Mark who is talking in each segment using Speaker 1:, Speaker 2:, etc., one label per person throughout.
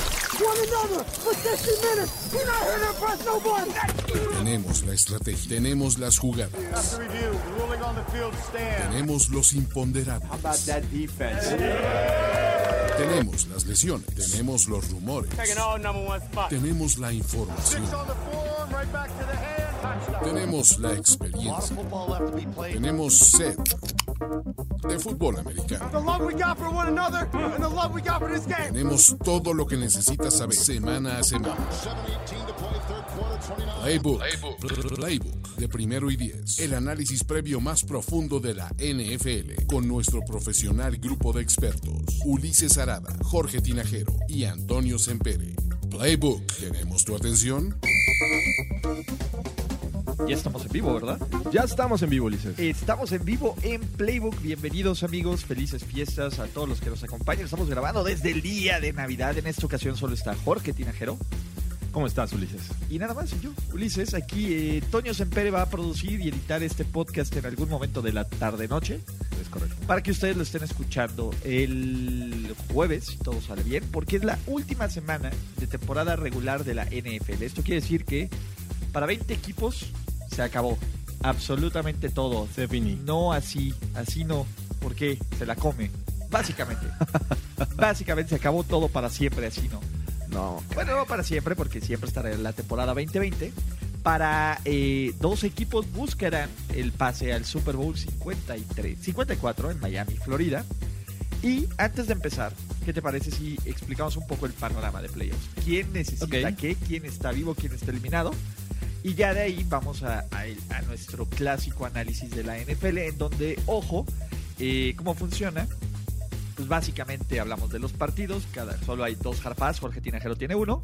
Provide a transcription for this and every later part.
Speaker 1: one another for 60 minutes. We're not here to impress nobody.
Speaker 2: Tenemos la estrategia, tenemos las jugadas,
Speaker 3: After review, the ruling on the field stands.
Speaker 2: tenemos los imponderables,
Speaker 4: about that defense?
Speaker 2: tenemos las lesiones, tenemos los rumores,
Speaker 3: Taking all number one spot.
Speaker 2: tenemos la información,
Speaker 3: Six on the form, right back to the hand. Touchdown.
Speaker 2: tenemos la experiencia,
Speaker 5: Football left to be played.
Speaker 2: tenemos set de fútbol americano.
Speaker 3: The love we got for one another and the love we got for this game.
Speaker 2: Tenemos todo lo que necesitas saber semana a semana.
Speaker 5: 7-18 to play, third quarter, 29.
Speaker 2: Playbook. Playbook. de primero y diez. El análisis previo más profundo de la NFL con nuestro profesional grupo de expertos. Ulises Arada, Jorge Tinajero y Antonio Sempere. Playbook. ¿Tenemos tu atención?
Speaker 6: Ya estamos en vivo, ¿verdad?
Speaker 7: Ya estamos en vivo, Ulises.
Speaker 6: Estamos en vivo en Playbook. Bienvenidos amigos, felices fiestas a todos los que nos acompañan. Estamos grabando desde el día de Navidad. En esta ocasión solo está Jorge Tinajero.
Speaker 7: ¿Cómo estás, Ulises?
Speaker 6: Y nada más, soy yo, Ulises, aquí eh, Toño Sempere va a producir y editar este podcast en algún momento de la tarde-noche
Speaker 7: Es correcto.
Speaker 6: para que ustedes lo estén escuchando el jueves, si todo sale bien, porque es la última semana de temporada regular de la NFL. Esto quiere decir que para 20 equipos se acabó absolutamente todo.
Speaker 7: Se finí.
Speaker 6: No así, así no, porque se la come, básicamente. básicamente se acabó todo para siempre, así no.
Speaker 7: No.
Speaker 6: Bueno, no para siempre, porque siempre estará en la temporada 2020. Para eh, dos equipos buscarán el pase al Super Bowl 53, 54 en Miami, Florida. Y antes de empezar, ¿qué te parece si explicamos un poco el panorama de playoffs? ¿Quién necesita
Speaker 7: Ok.
Speaker 6: qué? ¿Quién está vivo? ¿Quién está eliminado? Y ya de ahí vamos a, a el- a nuestro clásico análisis de la NFL, en donde, ojo, eh, cómo funciona. Pues básicamente hablamos de los partidos, cada solo hay dos harpas, Jorge Tinajero tiene uno,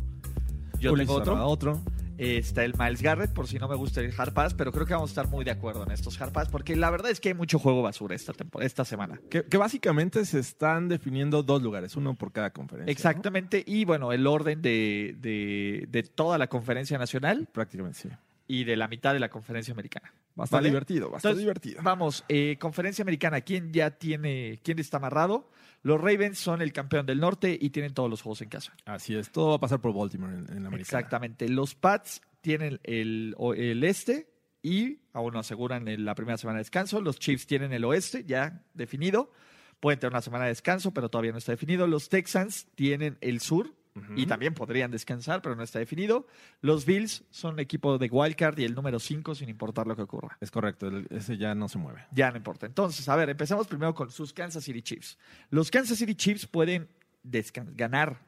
Speaker 6: yo
Speaker 7: Ulises
Speaker 6: tengo otro.
Speaker 7: Arada, otro.
Speaker 6: Eh, está el Miles Garrett, por si no me gusta el Hard Pass, pero creo que vamos a estar muy de acuerdo en estos Hard Pass, porque la verdad es que hay mucho juego basura esta, temporada, esta semana.
Speaker 7: Que, que básicamente se están definiendo dos lugares, uno por cada conferencia. ¿no?
Speaker 6: Exactamente, y bueno, el orden de, de- de toda la conferencia nacional
Speaker 7: Prácticamente sí.
Speaker 6: y de la mitad de la conferencia americana.
Speaker 7: Va a estar
Speaker 6: ¿Vale?
Speaker 7: divertido, va a estar
Speaker 6: Entonces,
Speaker 7: divertido.
Speaker 6: Vamos, eh, conferencia americana, ¿quién ya tiene, quién está amarrado? Los Ravens son el campeón del norte y tienen todos los juegos en casa.
Speaker 7: Así es, todo va a pasar por Baltimore en, en la americana.
Speaker 6: Exactamente. Los Pats tienen el, o- el este y aún no aseguran el- la primera semana de descanso. Los Chiefs tienen el oeste ya definido. Pueden tener una semana de descanso, pero todavía no está definido. Los Texans tienen el sur y también podrían descansar, pero no está definido. Los Bills son equipo de wildcard y el número 5 sin importar lo que ocurra.
Speaker 7: Es correcto, el- ese ya no se mueve.
Speaker 6: Ya no importa. Entonces, a ver, empezamos primero con sus Kansas City Chiefs. Los Kansas City Chiefs pueden descan- ganar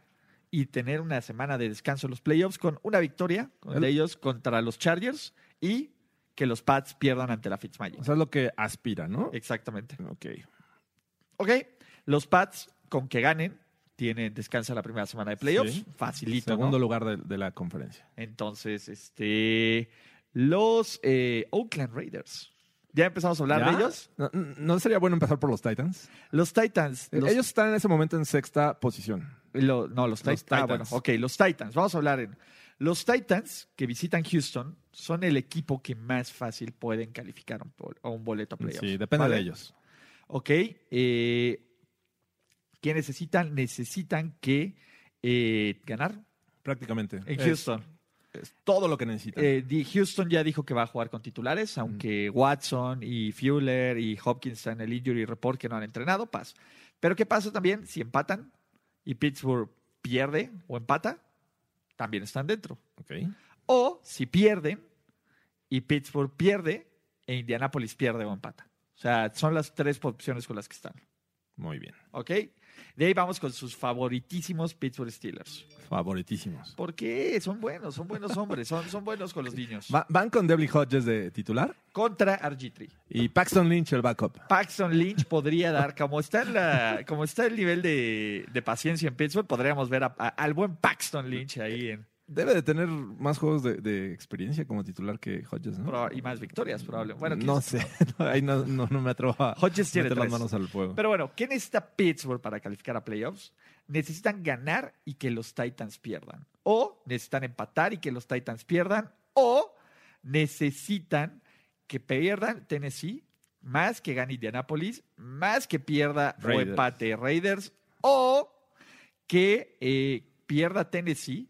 Speaker 6: y tener una semana de descanso en los playoffs con una victoria con
Speaker 7: El-
Speaker 6: de ellos contra los Chargers y que los Pats pierdan ante la Fitzmagic.
Speaker 7: O sea, es lo que aspira, ¿no?
Speaker 6: Exactamente.
Speaker 7: Ok.
Speaker 6: Ok, los Pats con que ganen tienen descansa la primera semana de playoffs.
Speaker 7: Sí.
Speaker 6: Facilito. ¿no?
Speaker 7: Segundo lugar de, de la conferencia.
Speaker 6: Entonces, este los eh, Oakland Raiders. Ya empezamos a hablar
Speaker 7: ¿Ya?
Speaker 6: de ellos.
Speaker 7: No, no sería bueno empezar por los Titans.
Speaker 6: Los Titans. los-
Speaker 7: Eh, Ellos están en ese momento en sexta posición.
Speaker 6: Lo- no, los,
Speaker 7: Los
Speaker 6: Titans. Ah, bueno,
Speaker 7: Titans.
Speaker 6: ok, los Titans. Vamos a hablar en. Los Titans que visitan Houston son el equipo que más fácil pueden calificar un bol- a un boleto a playoffs.
Speaker 7: Sí, depende
Speaker 6: ¿Vale?
Speaker 7: de ellos.
Speaker 6: Ok. eh, ¿Qué necesitan? Necesitan que eh, ganar
Speaker 7: Prácticamente.
Speaker 6: en
Speaker 7: Es-
Speaker 6: Houston.
Speaker 7: es todo lo que necesitan.
Speaker 6: Eh, di- Houston ya dijo que va a jugar con titulares, aunque Watson y Fuller y Hopkins están en el injury report que no han entrenado, paz. Pero ¿qué pasa también si empatan y Pittsburgh pierde o empata? También están dentro.
Speaker 7: Ok.
Speaker 6: O si pierden y Pittsburgh pierde e Indianapolis pierde o empata. O sea, son las tres opciones con las que están.
Speaker 7: Muy bien.
Speaker 6: ¿Ok? De ahí vamos con sus favoritísimos Pittsburgh Steelers.
Speaker 7: Favoritísimos.
Speaker 6: Porque son buenos, son buenos hombres, son, son buenos con los niños.
Speaker 7: Va- van con Devlin Hodges de titular
Speaker 6: Contra Argitri.
Speaker 7: y Paxton Lynch el backup.
Speaker 6: Paxton Lynch podría dar, como está, en la, como está el nivel de, de paciencia en Pittsburgh, podríamos ver a- a- al buen Paxton Lynch ahí en,
Speaker 7: Debe de tener más juegos de, de experiencia como titular que Hodges, ¿no?
Speaker 6: proba- y más victorias probablemente. Bueno,
Speaker 7: no
Speaker 6: quizás-
Speaker 7: sé. No, Ahí no, no, no me atrevo a
Speaker 6: Hodges tiene
Speaker 7: meter las
Speaker 6: tres.
Speaker 7: manos al fuego.
Speaker 6: Pero bueno, ¿qué necesita Pittsburgh para calificar a playoffs? Necesitan ganar y que los Titans pierdan. O necesitan empatar y que los Titans pierdan. O necesitan que pierdan Tennessee, más que gane Indianapolis, más que pierda
Speaker 7: Raiders.
Speaker 6: o empate Raiders. O que eh, pierda Tennessee,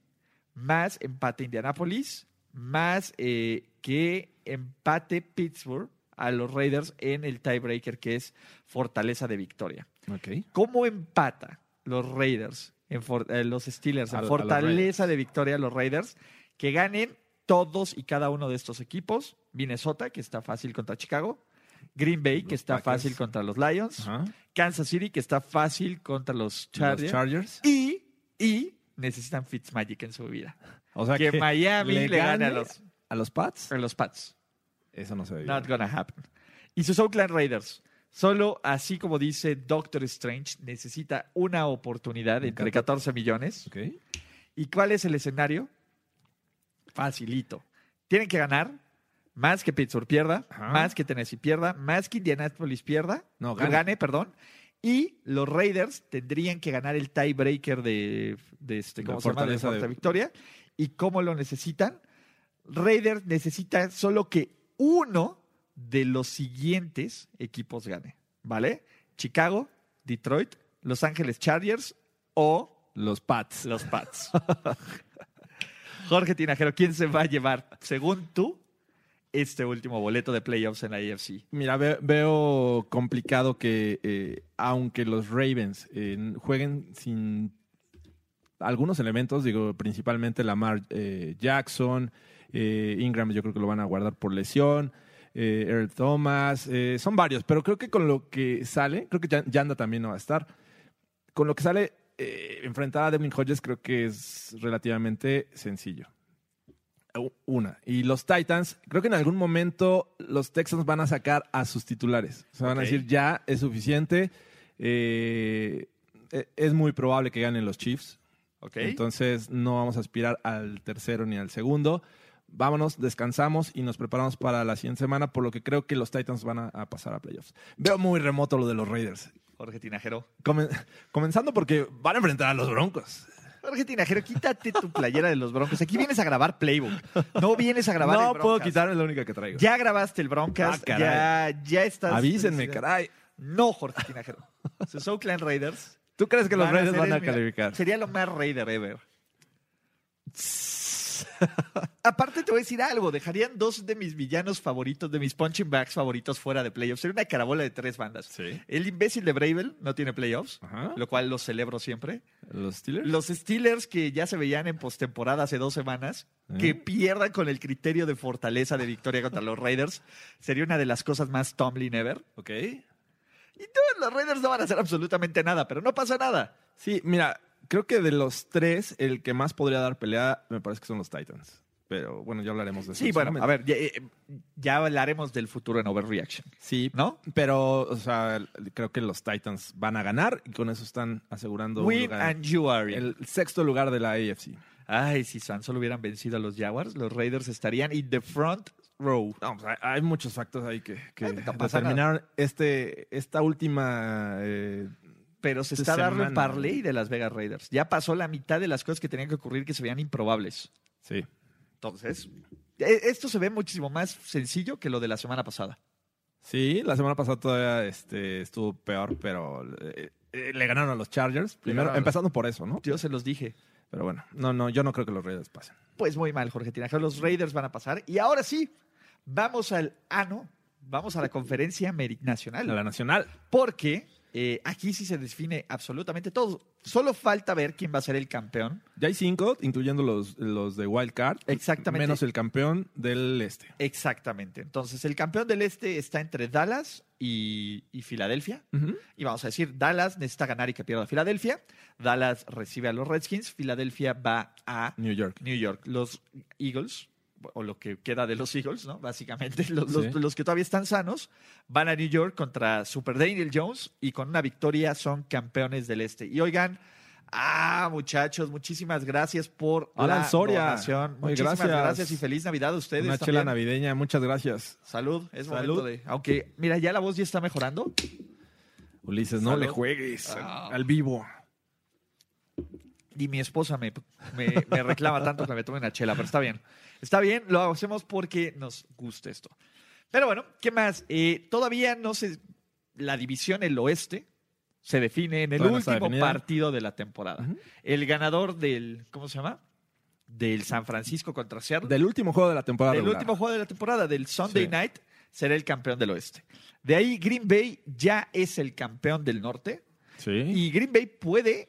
Speaker 6: más empate Indianapolis, más eh, que empate Pittsburgh a los Raiders en el tiebreaker que es fortaleza de victoria.
Speaker 7: Ok.
Speaker 6: ¿Cómo empata los Raiders, en for- eh, los Steelers,
Speaker 7: A- a
Speaker 6: en
Speaker 7: los
Speaker 6: fortaleza de victoria a los Raiders? Que ganen todos y cada uno de estos equipos. Minnesota, que está fácil contra Chicago. Green Bay, que
Speaker 7: Los
Speaker 6: está
Speaker 7: Packers.
Speaker 6: fácil contra los Lions.
Speaker 7: Ajá.
Speaker 6: Kansas City, que está fácil contra los
Speaker 7: ¿Y los
Speaker 6: Chargers.
Speaker 7: Chargers.
Speaker 6: y, y necesitan Fitzmagic en su vida.
Speaker 7: O sea
Speaker 6: que Miami le gane a los-
Speaker 7: a los Pats.
Speaker 6: En los Pats.
Speaker 7: Eso no se ve bien.
Speaker 6: Not gonna happen. Y sus Oakland Raiders. Solo así como dice Doctor Strange, necesita una oportunidad entre 14 millones.
Speaker 7: Ok.
Speaker 6: ¿Y cuál es el escenario? Facilito. Tienen que ganar más que Pittsburgh pierda,
Speaker 7: Ajá.
Speaker 6: más que Tennessee pierda, más que Indianapolis pierda,
Speaker 7: No,
Speaker 6: o
Speaker 7: gane.
Speaker 6: perdón. Y los Raiders tendrían que ganar el tiebreaker de, de este,
Speaker 7: La
Speaker 6: ¿cómo se llama? De
Speaker 7: fortaleza de-
Speaker 6: Fortaleza victoria. ¿Y cómo lo necesitan? Raiders necesita solo que uno de los siguientes equipos gane, ¿vale? Chicago, Detroit, Los Ángeles Chargers o
Speaker 7: Los Pats.
Speaker 6: los Pats. Jorge Tinajero, ¿quién se va a llevar, según tú, este último boleto de playoffs en la AFC?
Speaker 7: Mira, ve- veo complicado que eh, aunque los Ravens eh, jueguen sin algunos elementos, digo, principalmente Lamar eh, Jackson, eh, Ingram yo creo que lo van a guardar por lesión, eh, Earl Thomas, eh, son varios, pero creo que con lo que sale, creo que Yan- Yanda también no va a estar, con lo que sale eh, enfrentar a Devlin Hodges creo que es relativamente sencillo. U- Una. Y los Titans, creo que en algún momento los Texans van a sacar a sus titulares. O sea, van a
Speaker 6: Ok.
Speaker 7: decir, ya es suficiente. Eh, e- es muy probable que ganen los Chiefs.
Speaker 6: ¿Ok?
Speaker 7: Entonces no vamos a aspirar al tercero ni al segundo. Vámonos, descansamos y nos preparamos para la siguiente semana, por lo que creo que los Titans van a, a pasar a playoffs. Veo muy remoto lo de los Raiders.
Speaker 6: Jorge Tinajero.
Speaker 7: Comen- comenzando porque van a enfrentar a los Broncos.
Speaker 6: Jorge Tinajero, quítate tu playera de los Broncos. Aquí vienes a grabar Playbook. No vienes a grabar el
Speaker 7: No
Speaker 6: Broncas.
Speaker 7: puedo quitarme la única que traigo.
Speaker 6: Ya grabaste el Broncas.
Speaker 7: Ah, caray.
Speaker 6: ya, ya estás.
Speaker 7: Avísenme, caray.
Speaker 6: No, Jorge Tinajero. Sus Oakland Raiders.
Speaker 7: ¿Tú crees que los
Speaker 6: a
Speaker 7: Raiders
Speaker 6: ser
Speaker 7: van a
Speaker 6: el- mira,
Speaker 7: calificar?
Speaker 6: Sería lo más Raider ever. Aparte te voy a decir algo, dejarían dos de mis villanos favoritos, de mis punching bags favoritos fuera de playoffs. Sería una carabola de tres bandas.
Speaker 7: Sí.
Speaker 6: El imbécil de Bravel no tiene playoffs,
Speaker 7: Ajá.
Speaker 6: lo cual lo celebro siempre.
Speaker 7: ¿Los Steelers?
Speaker 6: Los Steelers que ya se veían en postemporada hace dos semanas, que pierdan con el criterio de fortaleza de victoria contra los Raiders, sería una de las cosas más Tomlin ever.
Speaker 7: Ok.
Speaker 6: Y todos los Raiders no van a hacer absolutamente nada, pero no pasa nada.
Speaker 7: Sí, mira, creo que de los tres, el que más podría dar pelea me parece que son los Titans. Pero bueno, ya hablaremos de eso.
Speaker 6: Sí,
Speaker 7: en su
Speaker 6: bueno,
Speaker 7: momento.
Speaker 6: a ver, ya, eh, ya hablaremos del futuro en Overreaction,
Speaker 7: Sí,
Speaker 6: ¿no?
Speaker 7: Pero, o sea, creo que los Titans van a ganar y con eso están asegurando un
Speaker 6: Win
Speaker 7: lugar-
Speaker 6: and you are in.
Speaker 7: el sexto lugar de la AFC.
Speaker 6: Ay, si tan solo hubieran vencido a los Jaguars, los Raiders estarían in the front row.
Speaker 7: No, pues, hay, hay muchos factores ahí que, que
Speaker 6: Ay, no pasa
Speaker 7: determinaron este, esta última. eh,
Speaker 6: Pero se
Speaker 7: Esta
Speaker 6: está dando el
Speaker 7: semana.
Speaker 6: parley de las Vegas Raiders. Ya pasó la mitad de las cosas que tenían que ocurrir que se veían improbables.
Speaker 7: sí.
Speaker 6: Entonces, e- esto se ve muchísimo más sencillo que lo de la semana pasada.
Speaker 7: Sí, la semana pasada todavía este, estuvo peor, pero eh, eh, le ganaron a los Chargers.
Speaker 6: ganaron
Speaker 7: Primero,
Speaker 6: a los-
Speaker 7: empezando por eso, ¿no?
Speaker 6: Yo se los dije.
Speaker 7: Pero bueno, no, no, yo no creo que los Raiders pasen.
Speaker 6: Pues muy mal, Jorge Tinajero. Los Raiders van a pasar. Y ahora sí, vamos al ano, vamos a la conferencia meri-
Speaker 7: A
Speaker 6: nacional.
Speaker 7: la nacional.
Speaker 6: Porque eh, aquí sí se define absolutamente todo. Solo falta ver quién va a ser el campeón.
Speaker 7: Ya hay cinco, incluyendo los, los de Wild Card.
Speaker 6: Exactamente.
Speaker 7: Menos el campeón del este.
Speaker 6: Exactamente. Entonces, el campeón del este está entre Dallas y, y Filadelfia. Y vamos a decir, Dallas necesita ganar y que pierda a Filadelfia. Dallas recibe a los Redskins. Filadelfia va a
Speaker 7: New York.
Speaker 6: New York. Los Eagles, o lo que queda de los Eagles, ¿no? Básicamente, los, los-
Speaker 7: Sí.
Speaker 6: los que todavía están sanos, van a New York contra Super Daniel Jones y con una victoria son campeones del este. Y oigan, ah, muchachos, muchísimas gracias por la
Speaker 7: Alan Soria.
Speaker 6: donación.
Speaker 7: Oye,
Speaker 6: Muchísimas gracias.
Speaker 7: gracias.
Speaker 6: y feliz Navidad a ustedes
Speaker 7: Una
Speaker 6: también.
Speaker 7: chela navideña, muchas gracias.
Speaker 6: Salud, es
Speaker 7: Salud.
Speaker 6: momento de... Aunque, mira, ya la voz ya está mejorando.
Speaker 7: Ulises, no
Speaker 6: Salud.
Speaker 7: le juegues
Speaker 6: Ah.
Speaker 7: al vivo.
Speaker 6: Y mi esposa me, me- me reclama tanto que me tome una chela, pero está bien. Está bien, lo hacemos porque nos gusta esto. Pero bueno, ¿qué más? Eh, todavía no se... La división, el oeste, se define en el
Speaker 7: Todavía no está
Speaker 6: último
Speaker 7: definida.
Speaker 6: partido de la temporada. El ganador del, ¿cómo se llama? Del San Francisco contra Seattle.
Speaker 7: Del último juego de la temporada
Speaker 6: del
Speaker 7: regular.
Speaker 6: último juego de la temporada, del Sunday
Speaker 7: Sí.
Speaker 6: Night, será el campeón del oeste. De ahí Green Bay ya es el campeón del norte
Speaker 7: Sí.
Speaker 6: y Green Bay puede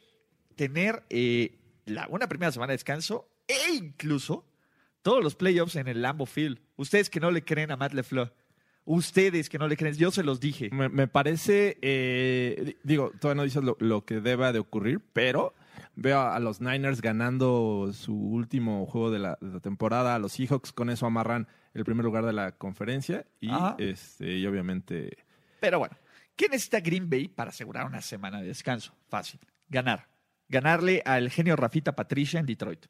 Speaker 6: tener eh, la, una primera semana de descanso e incluso todos los playoffs en el Lambo Field. Ustedes que no le creen a Matt LeFleur, ustedes que no le creen, yo se los dije.
Speaker 7: Me, me parece, eh, di- digo, todavía no dices lo, lo que deba de ocurrir, pero veo a, a los Niners ganando su último juego de la, de la temporada, a los Seahawks con eso amarran el primer lugar de la conferencia y,
Speaker 6: Ajá.
Speaker 7: este, y obviamente
Speaker 6: Pero bueno, ¿qué necesita Green Bay para asegurar una semana de descanso? Fácil, ganar. Ganarle al genio Rafita Patricia en Detroit.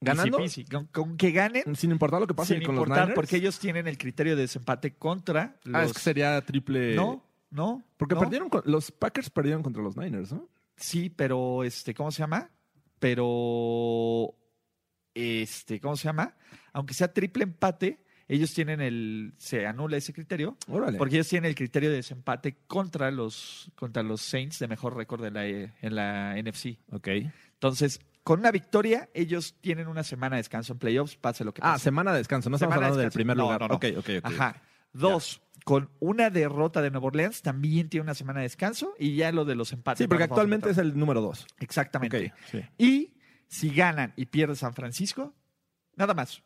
Speaker 7: ganando,
Speaker 6: Easy peasy. Con, con que ganen,
Speaker 7: sin importar lo que pase
Speaker 6: sin
Speaker 7: con los
Speaker 6: importar,
Speaker 7: Niners.
Speaker 6: porque ellos tienen el criterio de desempate contra los...
Speaker 7: Ah, es que sería triple.
Speaker 6: No, no.
Speaker 7: Porque
Speaker 6: no.
Speaker 7: perdieron, con- los Packers perdieron contra los Niners, ¿no?
Speaker 6: Sí, pero este, ¿cómo se llama? Pero este, ¿cómo se llama? Aunque sea triple empate, ellos tienen el se anula ese criterio
Speaker 7: Órale.
Speaker 6: porque ellos tienen el criterio de desempate contra los contra los Saints de mejor récord de la, eh, en la NFC.
Speaker 7: Ok.
Speaker 6: Entonces, con una victoria ellos tienen una semana de descanso en playoffs, pase lo que
Speaker 7: Ah,
Speaker 6: pase.
Speaker 7: semana de descanso. No estamos
Speaker 6: Semana de
Speaker 7: hablando del
Speaker 6: descanso.
Speaker 7: primer
Speaker 6: No,
Speaker 7: lugar.
Speaker 6: no, no.
Speaker 7: Ok, ok, ok.
Speaker 6: Ajá. Dos, con una derrota de Nueva Orleans también tiene una semana de descanso y ya lo de los empates.
Speaker 7: Sí, porque
Speaker 6: no nos vamos a
Speaker 7: actualmente es
Speaker 6: meter.
Speaker 7: el número dos.
Speaker 6: Exactamente.
Speaker 7: Ok, sí.
Speaker 6: Y si ganan y pierde San Francisco, nada más.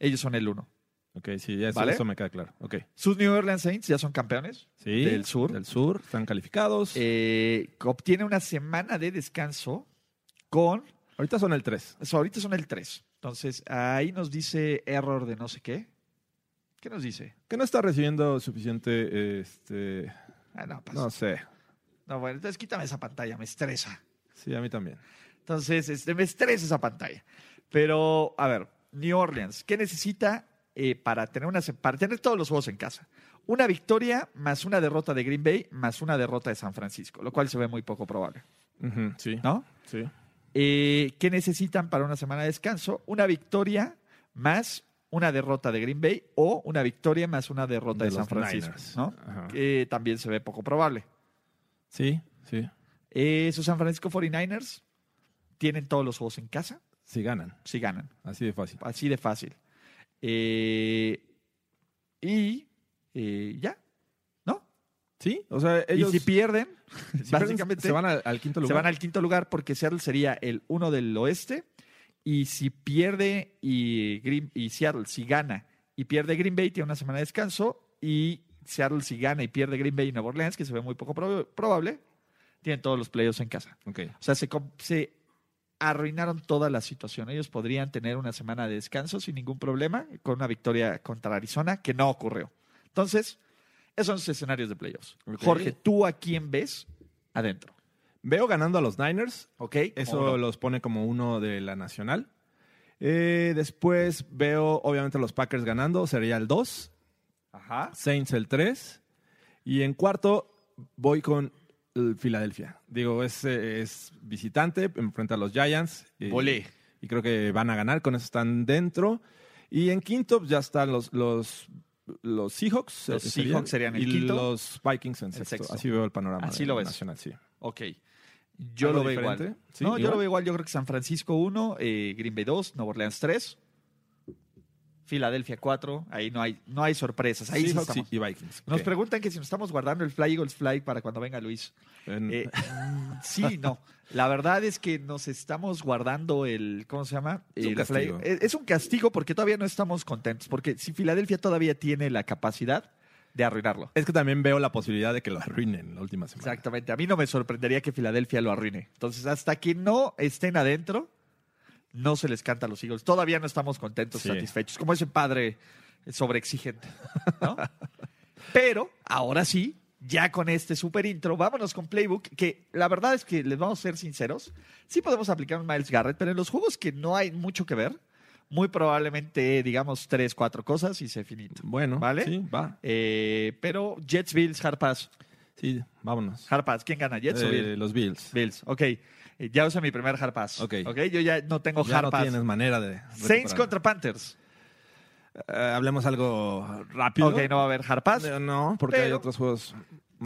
Speaker 6: Ellos son el uno.
Speaker 7: Ok, sí, ya eso,
Speaker 6: ¿Vale?
Speaker 7: eso me queda claro. Ok.
Speaker 6: Sus New Orleans Saints ya son campeones.
Speaker 7: Sí.
Speaker 6: Del sur.
Speaker 7: Del sur, están calificados.
Speaker 6: Eh, obtiene una semana de descanso con...
Speaker 7: Ahorita son el 3.
Speaker 6: o sea, ahorita son el 3. Entonces, ahí nos dice error de no sé qué. ¿Qué nos dice?
Speaker 7: Que no está recibiendo suficiente, este,
Speaker 6: Ah, no, pasa.
Speaker 7: no
Speaker 6: No,
Speaker 7: sé.
Speaker 6: bueno, entonces quítame esa pantalla, me estresa.
Speaker 7: Sí, a mí también.
Speaker 6: Entonces, este, me estresa esa pantalla. Pero, a ver, New Orleans, ¿qué necesita eh, para, tener una, se- para tener todos los juegos en casa? Una victoria más una derrota de Green Bay más una derrota de San Francisco, lo cual se ve muy poco probable,
Speaker 7: Ujú, sí.
Speaker 6: ¿no?
Speaker 7: Sí.
Speaker 6: Eh, ¿Qué necesitan para una semana de descanso? Una victoria más una derrota de Green Bay o una victoria más una derrota
Speaker 7: De
Speaker 6: de, San
Speaker 7: los
Speaker 6: Francisco,
Speaker 7: Niners.
Speaker 6: ¿no?
Speaker 7: Ajá.
Speaker 6: Que también se ve poco probable.
Speaker 7: Sí, sí.
Speaker 6: Eh, sus San Francisco 49ers tienen todos los juegos en casa
Speaker 7: Sí ganan.
Speaker 6: si ganan.
Speaker 7: Así de fácil.
Speaker 6: Así de fácil. Eh, y eh, ya, ¿no?
Speaker 7: Sí, o sea, ellos
Speaker 6: y si pierden,
Speaker 7: si pierden,
Speaker 6: básicamente
Speaker 7: se van al, al quinto lugar.
Speaker 6: al quinto lugar porque Seattle sería el uno del oeste. Y si pierde y, Green- y Seattle, si gana y pierde Green Bay, tiene una semana de descanso. Y Seattle, si gana y pierde Green Bay y Nueva Orleans, que se ve muy poco prob- probable, tienen todos los playoffs en casa.
Speaker 7: Ok.
Speaker 6: O sea, se, com- se arruinaron toda la situación. Ellos podrían tener una semana de descanso sin ningún problema con una victoria contra Arizona, que no ocurrió. Entonces, esos son los escenarios de playoffs.
Speaker 7: Ok.
Speaker 6: Jorge, ¿tú a quién ves adentro?
Speaker 7: Veo ganando a los Niners.
Speaker 6: ¿Ok?
Speaker 7: Eso
Speaker 6: ¿O no?
Speaker 7: los pone como uno de la nacional. Eh, después veo, obviamente, a los Packers ganando. Sería el 2.
Speaker 6: Ajá.
Speaker 7: Saints el 3. Y en cuarto voy con el Filadelfia. Digo, es, eh, es visitante, enfrenta a los Giants. Y,
Speaker 6: Volé.
Speaker 7: y creo que van a ganar, con eso están dentro. Y en quinto pues, ya están los, los, los Seahawks.
Speaker 6: Los
Speaker 7: eh,
Speaker 6: Seahawks serían el
Speaker 7: y
Speaker 6: quinto.
Speaker 7: los Vikings en
Speaker 6: El
Speaker 7: sexto.
Speaker 6: sexto.
Speaker 7: Así veo el panorama
Speaker 6: Así
Speaker 7: de
Speaker 6: lo
Speaker 7: la
Speaker 6: ves.
Speaker 7: nacional, sí.
Speaker 6: Ok. Yo
Speaker 7: ¿Algo
Speaker 6: lo veo
Speaker 7: diferente?
Speaker 6: igual.
Speaker 7: Sí,
Speaker 6: no, yo
Speaker 7: igual.
Speaker 6: lo veo igual. Yo creo que San Francisco 1, Green Bay 2, Nueva Orleans 3, Filadelfia 4. Ahí no hay, no hay sorpresas. Ahí sí
Speaker 7: Seahawks
Speaker 6: estamos.
Speaker 7: y y Vikings.
Speaker 6: Nos
Speaker 7: Ok.
Speaker 6: preguntan que si nos estamos guardando el Fly Eagles Fly para cuando venga Luis.
Speaker 7: En-
Speaker 6: Eh, mm, sí, no. La verdad es que nos estamos guardando el. ¿Cómo se llama?
Speaker 7: Es un
Speaker 6: El Fly-
Speaker 7: castigo.
Speaker 6: Es, es un castigo porque todavía no estamos contentos. Porque si Filadelfia todavía tiene la capacidad de arruinarlo.
Speaker 7: Es que también veo la posibilidad de que lo arruinen la última semana.
Speaker 6: Exactamente. A mí no me sorprendería que Filadelfia lo arruine. Entonces, hasta que no estén adentro, no se les canta a los Eagles. Todavía no estamos contentos,
Speaker 7: Sí.
Speaker 6: satisfechos. Como ese padre sobreexigente. ¿no? Pero, ahora sí, ya con este super intro, vámonos con Playbook, que la verdad es que les vamos a ser sinceros. Sí podemos aplicar un Miles Garrett, pero en los juegos que no hay mucho que ver, muy probablemente digamos tres, cuatro cosas y se finito.
Speaker 7: Bueno,
Speaker 6: ¿Vale?
Speaker 7: sí, va.
Speaker 6: Eh, pero Jets, Bills, Hard Pass.
Speaker 7: Sí, vámonos.
Speaker 6: Hard Pass, ¿quién gana? ¿Jets o
Speaker 7: Eh,
Speaker 6: Bills?
Speaker 7: Los Bills.
Speaker 6: Bills, ok. Eh, Ya usé mi primer Hard Pass.
Speaker 7: Ok.
Speaker 6: Yo ya no tengo
Speaker 7: Ya
Speaker 6: Hard
Speaker 7: no
Speaker 6: Pass.
Speaker 7: tienes manera de.
Speaker 6: Saints
Speaker 7: recuperarlo.
Speaker 6: contra Panthers.
Speaker 7: Eh, hablemos algo rápido.
Speaker 6: Ok, no va a haber Hard Pass.
Speaker 7: Eh, No, porque hay
Speaker 6: Pero-
Speaker 7: otros juegos.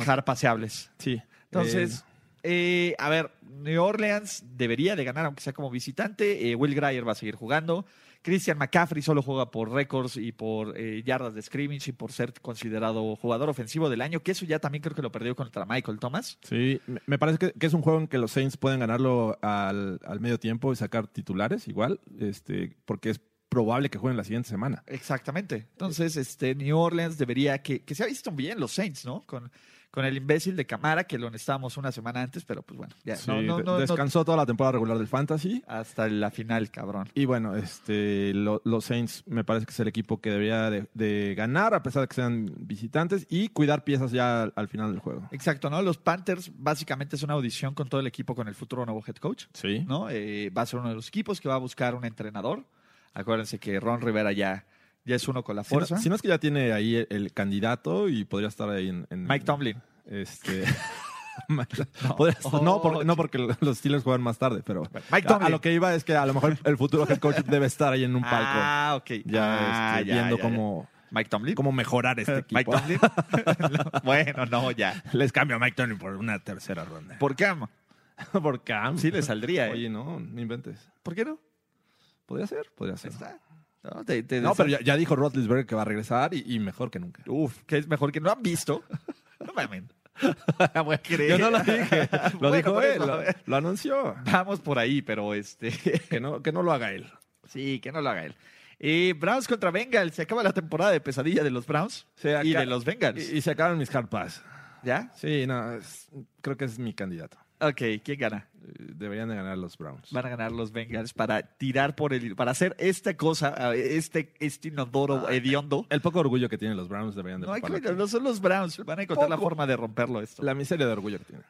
Speaker 6: Hard Passeables.
Speaker 7: Sí.
Speaker 6: Entonces,
Speaker 7: Eh,
Speaker 6: Eh, a ver, New Orleans debería de ganar, aunque sea como visitante. Eh, Will Greyer va a seguir jugando. Christian McCaffrey solo juega por récords y por eh, yardas de scrimmage y por ser considerado jugador ofensivo del año, que eso ya también creo que lo perdió contra Michael Thomas.
Speaker 7: Eh, Sí, me- me parece que, que es un juego en que los Saints pueden ganarlo al, al medio tiempo y sacar titulares igual, este, porque es probable que jueguen la siguiente semana.
Speaker 6: Exactamente. Entonces, este, New Orleans debería que, que se ha visto bien los Saints, ¿no? Con, con el imbécil de Camara, que lo necesitábamos una semana antes, pero pues bueno, ya
Speaker 7: Sí,
Speaker 6: no, no,
Speaker 7: de-
Speaker 6: no, no-
Speaker 7: descansó toda la temporada regular del Fantasy.
Speaker 6: hasta la final, cabrón.
Speaker 7: Y bueno, este, lo- los Saints me parece que es el equipo que debería de, de ganar a pesar de que sean visitantes y cuidar piezas ya al, al final del juego.
Speaker 6: Exacto, ¿no? Los Panthers básicamente es una audición con todo el equipo con el futuro nuevo head coach.
Speaker 7: Sí.
Speaker 6: ¿no? Eh, va a ser uno de los equipos que va a buscar un entrenador. Acuérdense que Ron Rivera ya, ya es uno con la
Speaker 7: Si no,
Speaker 6: fuerza.
Speaker 7: si no es que ya tiene ahí el, el candidato y podría estar ahí en... en-
Speaker 6: Mike Tomlin.
Speaker 7: Este. Mike- podría estar- no,
Speaker 6: Oh,
Speaker 7: porque, no, porque los Steelers juegan más tarde, pero
Speaker 6: Mike
Speaker 7: a,
Speaker 6: Tomlin.
Speaker 7: a lo que iba es que a lo mejor el futuro head coach debe estar ahí en un palco,
Speaker 6: Ah, ok.
Speaker 7: ya,
Speaker 6: Ah,
Speaker 7: este,
Speaker 6: ya,
Speaker 7: viendo
Speaker 6: ya, ya.
Speaker 7: cómo,
Speaker 6: Mike Tomlin.
Speaker 7: cómo mejorar este equipo.
Speaker 6: Mike Tomlin. No, bueno, no, ya.
Speaker 7: Les cambio a Mike Tomlin por una tercera ronda.
Speaker 6: ¿Por qué? amo?
Speaker 7: por Cam.
Speaker 6: Sí le saldría, ¿eh?
Speaker 7: Oye, no, no inventes.
Speaker 6: ¿Por qué no?
Speaker 7: Podría ser, podría ser.
Speaker 6: Está. No, te- te-
Speaker 7: No, pero ya, ya dijo Roethlisberger que va a regresar y, y mejor que nunca.
Speaker 6: Uf, que es mejor que no han visto. No mamen. Ah,
Speaker 7: Yo no lo dije, lo
Speaker 6: Bueno,
Speaker 7: dijo
Speaker 6: por
Speaker 7: él,
Speaker 6: eso, a
Speaker 7: lo,
Speaker 6: ver.
Speaker 7: lo anunció.
Speaker 6: Vamos por ahí, pero este.
Speaker 7: Que no, que no lo haga él.
Speaker 6: Sí, que no lo haga él. Eh, Browns contra Bengals. Se acaba la temporada de pesadilla de los Browns
Speaker 7: Sí, acá-
Speaker 6: y de los Bengals.
Speaker 7: Y, y se acaban mis hard pass.
Speaker 6: ¿Ya?
Speaker 7: Sí, no, es- creo que es mi candidato.
Speaker 6: Ok, ¿quién gana?
Speaker 7: Eh, Deberían de ganar los Browns.
Speaker 6: Van a ganar los Bengals para tirar por el. para hacer esta cosa, eh, este, este inodoro hediondo.
Speaker 7: El poco orgullo que tienen los Browns deberían de
Speaker 6: No hay que
Speaker 7: taparlo.
Speaker 6: no son los Browns. Van a encontrar la
Speaker 7: Poco.
Speaker 6: forma de romperlo esto.
Speaker 7: La miseria de orgullo que tienen.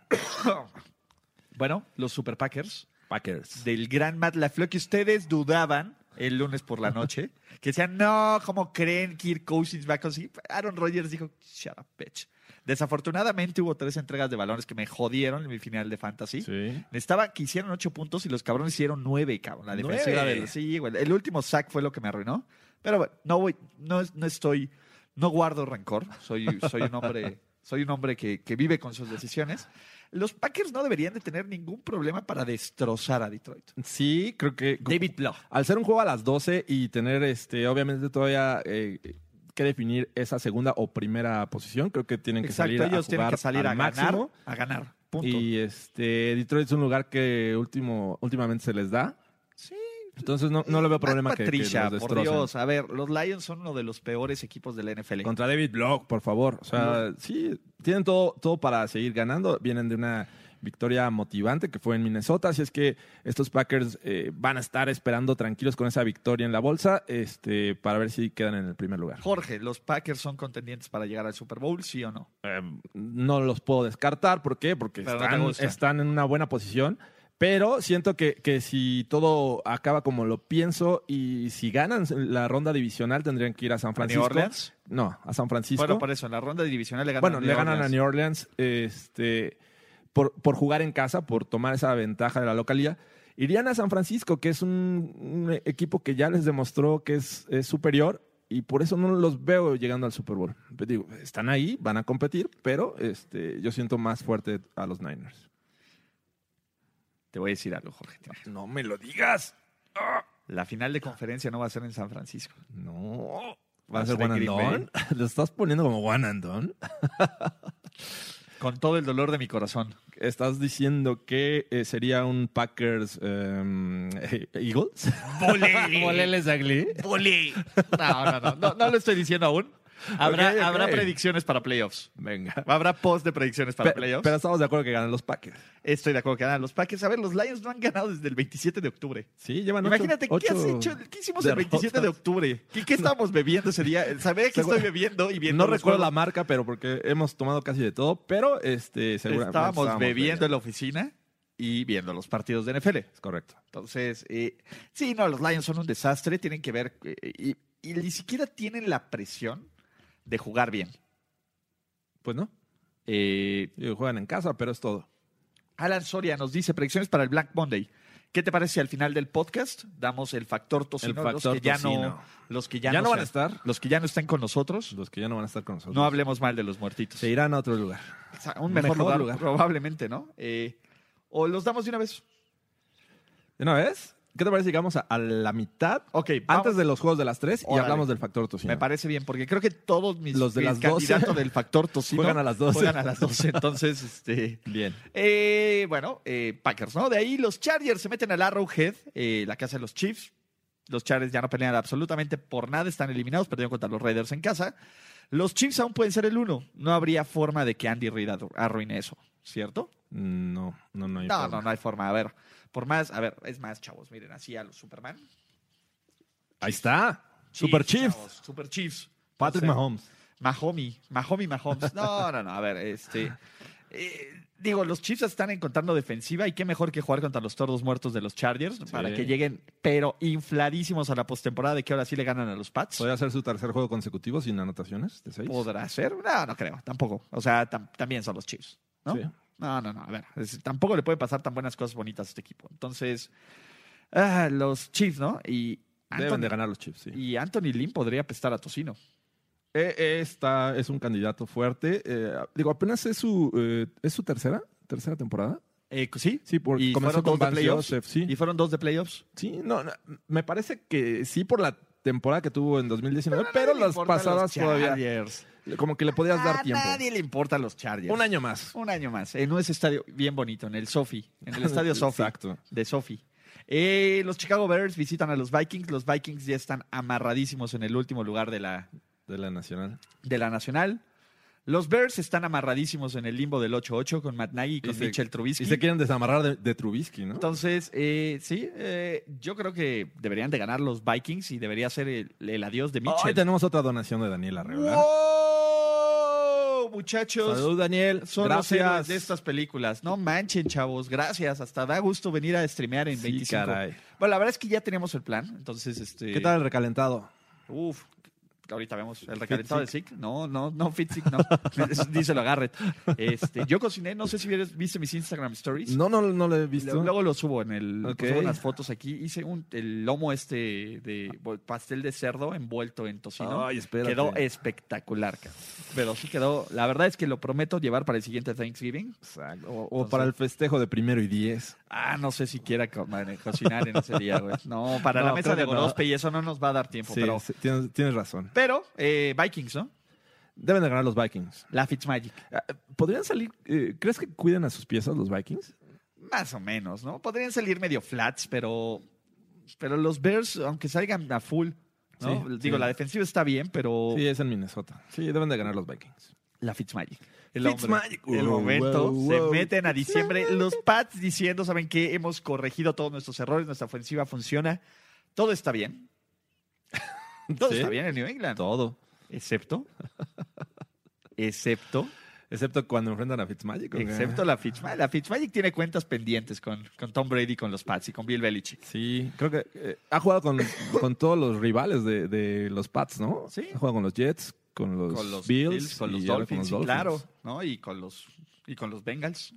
Speaker 6: Bueno, los Super Packers
Speaker 7: Packers.
Speaker 6: del gran Matt LaFleur que ustedes dudaban el lunes por la noche. que decían, no, ¿cómo creen Kirk Cousins va a conseguir? Aaron Rodgers dijo, shut up, bitch. Desafortunadamente hubo tres entregas de balones que me jodieron en mi final de fantasy.
Speaker 7: Sí.
Speaker 6: Necesitaba que hicieran ocho puntos y los cabrones hicieron nueve, cabrón. La
Speaker 7: Nueve.
Speaker 6: defensiva de los... Sí, güey. El último sack fue lo que me arruinó. Pero bueno, no, voy, no, es- no estoy... No guardo rencor. Soy, soy un hombre, soy un hombre que, que vive con sus decisiones. Los Packers no deberían de tener ningún problema para destrozar a Detroit.
Speaker 7: Sí, creo que
Speaker 6: David Bloch.
Speaker 7: al ser un juego a las 12 y tener este obviamente todavía eh, que definir esa segunda o primera posición, creo que tienen que
Speaker 6: Exacto,
Speaker 7: salir a
Speaker 6: ellos tienen
Speaker 7: jugar
Speaker 6: que salir
Speaker 7: al
Speaker 6: a ganar.
Speaker 7: máximo.
Speaker 6: A ganar. Punto.
Speaker 7: Y este Detroit es un lugar que último últimamente se les da.
Speaker 6: Sí.
Speaker 7: Entonces no, no le veo problema
Speaker 6: Matt
Speaker 7: que, que
Speaker 6: Patricia,
Speaker 7: los
Speaker 6: por
Speaker 7: destrocen.
Speaker 6: Dios. A ver, los Lions son uno de los peores equipos de la NFL.
Speaker 7: Contra David Block, por favor. O sea, sí, tienen todo, todo para seguir ganando. Vienen de una victoria motivante que fue en Minnesota. Así es que estos Packers eh, van a estar esperando tranquilos con esa victoria en la bolsa este, para ver si quedan en el primer lugar.
Speaker 6: Jorge, ¿los Packers son contendientes para llegar al Super Bowl, sí o no?
Speaker 7: No los puedo descartar. ¿Por qué? Porque
Speaker 6: Pero no te
Speaker 7: están,
Speaker 6: gusta.
Speaker 7: están en una buena posición. Pero siento que, que si todo acaba como lo pienso y si ganan la ronda divisional tendrían que ir a San
Speaker 6: ¿A
Speaker 7: Francisco.
Speaker 6: New Orleans?
Speaker 7: No, a San Francisco.
Speaker 6: Bueno, por eso, en la ronda divisional le ganan
Speaker 7: Bueno,
Speaker 6: a
Speaker 7: le ganan a New Orleans este, por, por jugar en casa, por tomar esa ventaja de la localidad. Irían a San Francisco, que es un, un equipo que ya les demostró que es, es superior y por eso no los veo llegando al Super Bowl. Digo, están ahí, van a competir, pero este, yo siento más fuerte a los Niners.
Speaker 6: Te voy a decir algo, Jorge. Tinajero.
Speaker 7: No me lo digas.
Speaker 6: La final de conferencia no va a ser en San Francisco.
Speaker 7: No.
Speaker 6: Va
Speaker 7: ¿Va
Speaker 6: a
Speaker 7: a ser
Speaker 6: ser en
Speaker 7: one and
Speaker 6: Green
Speaker 7: done? ¿Lo estás poniendo como one and done?
Speaker 6: Con todo el dolor de mi corazón.
Speaker 7: ¿Estás diciendo que eh, sería un Packers em, Eagles?
Speaker 6: ¡Volé! ¡Volé! No, no, no, no. No lo estoy diciendo aún. Habrá,
Speaker 7: Ok, ok.
Speaker 6: habrá predicciones para playoffs.
Speaker 7: Venga.
Speaker 6: Habrá post de predicciones para
Speaker 7: Pe-
Speaker 6: playoffs.
Speaker 7: Pero estamos de acuerdo que ganan los Packers.
Speaker 6: Estoy de acuerdo que ganan los Packers. A ver, los Lions no han ganado desde el 27 de octubre.
Speaker 7: Sí, llevan ocho-
Speaker 6: Imagínate, ¿qué
Speaker 7: Ah, ocho
Speaker 6: has hecho? ¿Qué hicimos el
Speaker 7: derrotas.
Speaker 6: 27 de octubre? ¿Qué, qué estábamos bebiendo ese día? Sabía que
Speaker 7: Seguro-
Speaker 6: estoy bebiendo y viendo
Speaker 7: No
Speaker 6: los
Speaker 7: recuerdo
Speaker 6: juegos.
Speaker 7: la marca, pero porque hemos tomado casi de todo, pero este, seguramente
Speaker 6: estábamos bebiendo en la oficina y viendo los partidos de NFL.
Speaker 7: Es correcto.
Speaker 6: Entonces, eh, sí, no, los Lions son un desastre, tienen que ver, eh, y, y ni siquiera tienen la presión de jugar bien.
Speaker 7: Pues no,
Speaker 6: Eh,
Speaker 7: digo, juegan en casa, pero es todo.
Speaker 6: Alan Soria nos dice predicciones para el Black Monday. ¿Qué te parece si al final del podcast damos el factor tocino,
Speaker 7: El
Speaker 6: los
Speaker 7: factor
Speaker 6: que ya no,
Speaker 7: tocino.
Speaker 6: los que ya,
Speaker 7: ¿Ya no van a
Speaker 6: sean-
Speaker 7: estar?
Speaker 6: los que ya no están con nosotros,
Speaker 7: Los que ya no van a estar con nosotros.
Speaker 6: no hablemos mal de los muertitos.
Speaker 7: Se irán a otro lugar.
Speaker 6: O sea, un mejor,
Speaker 7: Mejor
Speaker 6: lugar,
Speaker 7: lugar.
Speaker 6: probablemente, ¿no? Eh, o los damos de una vez.
Speaker 7: ¿De una vez? ¿Qué te parece si llegamos a, a la mitad?
Speaker 6: Ok,
Speaker 7: Antes
Speaker 6: vamos.
Speaker 7: de los juegos de las tres y
Speaker 6: Órale.
Speaker 7: hablamos del factor tocino.
Speaker 6: Me parece bien, porque creo que todos mis,
Speaker 7: Los de
Speaker 6: mis
Speaker 7: las 12.
Speaker 6: candidatos del factor tocino
Speaker 7: Juegan a las 12.
Speaker 6: juegan a las 12. Entonces, este,
Speaker 7: Bien.
Speaker 6: eh, bueno, eh, Packers, ¿no? De ahí los Chargers se meten al Arrowhead, eh, la casa de los Chiefs. Los Chargers ya no pelean absolutamente por nada, están eliminados, perdieron contra los Raiders en casa. Los Chiefs aún pueden ser el uno. No habría forma de que Andy Reid arru- arruine eso, ¿cierto?
Speaker 7: No, no, no hay
Speaker 6: No,
Speaker 7: forma.
Speaker 6: no, no hay forma. A ver, por más, a ver, es más, chavos, miren, así a los Superman.
Speaker 7: Ahí está. Super Chiefs.
Speaker 6: chavos, Super Chiefs.
Speaker 7: Patrick
Speaker 6: Entonces,
Speaker 7: Mahomes.
Speaker 6: Mahomi, Mahomi Mahomes. No, no, no, a ver, este. eh, digo, los Chiefs están encontrando defensiva y qué mejor que jugar contra los tordos muertos de los Chargers para que lleguen, pero infladísimos a la postemporada de que ahora sí le ganan a los Pats.
Speaker 7: ¿Podría hacer su tercer juego consecutivo sin anotaciones de seis?
Speaker 6: ¿Podrá ser? No, no creo, tampoco. O sea, tam- también son los Chiefs, ¿no? Ah,
Speaker 7: Sí.
Speaker 6: No, no, no, a ver, es- tampoco le puede pasar tan buenas cosas bonitas a este equipo. Entonces, ah, los Chiefs, ¿no? Y
Speaker 7: Deben de
Speaker 6: Anthony,
Speaker 7: ganar los Chiefs, sí.
Speaker 6: y Anthony Lynn podría apestar a Tocino.
Speaker 7: Eh, Esta es un candidato fuerte. Eh, digo, apenas es su, eh, ¿es su tercera, tercera temporada.
Speaker 6: Eh, sí,
Speaker 7: Sí, porque
Speaker 6: y
Speaker 7: comenzó
Speaker 6: fueron
Speaker 7: con
Speaker 6: dos de
Speaker 7: Vance
Speaker 6: playoffs.
Speaker 7: Joseph, sí.
Speaker 6: Y fueron dos de playoffs.
Speaker 7: Sí, no, no, me parece que sí por la temporada que tuvo en 2019, pero, las pasadas todavía como que le podías dar tiempo.
Speaker 6: A nadie le importan los Chargers.
Speaker 7: Un año más.
Speaker 6: Un año más. eh, En un estadio bien bonito, en el Sofi. En el estadio Sofi.
Speaker 7: Exacto.
Speaker 6: De Sofi. Eh, los Chicago Bears visitan a los Vikings. Los Vikings ya están amarradísimos en el último lugar de la,
Speaker 7: De la nacional.
Speaker 6: de la Nacional. Los Bears están amarradísimos en el limbo del 8-8 con Matt Nagy y con
Speaker 7: se-
Speaker 6: Mitchell Trubisky.
Speaker 7: Y se quieren desamarrar de, de Trubisky, ¿no?
Speaker 6: Entonces, eh, sí, eh, yo creo que deberían de ganar los Vikings y debería ser el, el adiós de
Speaker 7: Hoy
Speaker 6: Mitchell.
Speaker 7: tenemos otra donación de Daniel Arreola.
Speaker 6: ¡Wow! Muchachos,
Speaker 7: Salud, Daniel.
Speaker 6: son los héroes
Speaker 7: Gracias.
Speaker 6: de estas películas. No manchen, chavos. Gracias. Hasta da gusto venir a streamear en
Speaker 7: Sí,
Speaker 6: 25.
Speaker 7: caray.
Speaker 6: Bueno, la verdad es que ya tenemos el plan. Entonces, este.
Speaker 7: ¿Qué tal el recalentado?
Speaker 6: Uf. Ahorita vemos el recalentado de Sick. No, no, no, FitSick, no. Díselo a Garrett. Este, yo cociné, no sé si vieres- viste mis Instagram stories.
Speaker 7: No, no, no lo he
Speaker 6: Lo-
Speaker 7: visto.
Speaker 6: Luego lo subo en el.
Speaker 7: Ok.
Speaker 6: Subo unas fotos aquí. Hice un, el lomo este de bo- pastel de cerdo envuelto en tocino.
Speaker 7: Ay, espérate.
Speaker 6: Quedó espectacular, cabrón. Pero sí quedó. La verdad es que lo prometo llevar para el siguiente Thanksgiving.
Speaker 7: Exacto. O, o para el festejo de primero y diez.
Speaker 6: Ah, no sé si quiera co- man- cocinar en ese día, güey. No, para
Speaker 7: No,
Speaker 6: la mesa
Speaker 7: creo
Speaker 6: de
Speaker 7: que no.
Speaker 6: Gorospe y eso no nos va a dar tiempo.
Speaker 7: Sí,
Speaker 6: pero,
Speaker 7: sí, tienes, tienes razón.
Speaker 6: pero eh, Vikings, ¿no?
Speaker 7: Deben de ganar los Vikings.
Speaker 6: La Fitzmagic.
Speaker 7: Ah, ¿Podrían salir? eh, ¿Crees que cuiden a sus piezas los Vikings?
Speaker 6: Más o menos, ¿no? Podrían salir medio flats, pero. Pero los Bears, aunque salgan a full, ¿no?
Speaker 7: Sí,
Speaker 6: Digo,
Speaker 7: sí.
Speaker 6: la defensiva está bien, pero.
Speaker 7: Sí, es en Minnesota. Sí, deben de ganar los Vikings.
Speaker 6: La Fitzmagic. El
Speaker 7: Fitzmagic.
Speaker 6: hombre. El
Speaker 7: Wow,
Speaker 6: momento.
Speaker 7: wow,
Speaker 6: se
Speaker 7: wow.
Speaker 6: meten a diciembre. Los Pats diciendo, ¿saben qué? Hemos corregido todos nuestros errores. Nuestra ofensiva funciona. Todo está bien. Todo
Speaker 7: Sí.
Speaker 6: está bien en New England. Todo. Excepto. Excepto.
Speaker 7: Excepto cuando enfrentan a Fitzmagic. ¿o qué?
Speaker 6: Excepto la Fitzmagic. La Fitzmagic tiene cuentas pendientes con, con Tom Brady, con los Pats y con Bill Belichick.
Speaker 7: Sí, creo que eh, ha jugado con, con todos los rivales de, de los Pats, ¿no?
Speaker 6: Sí.
Speaker 7: Ha jugado con los Jets, con los,
Speaker 6: Con los
Speaker 7: Bills,
Speaker 6: con los
Speaker 7: y ahora
Speaker 6: Dolphins, sí, claro. ¿no? Y con los y con los Bengals.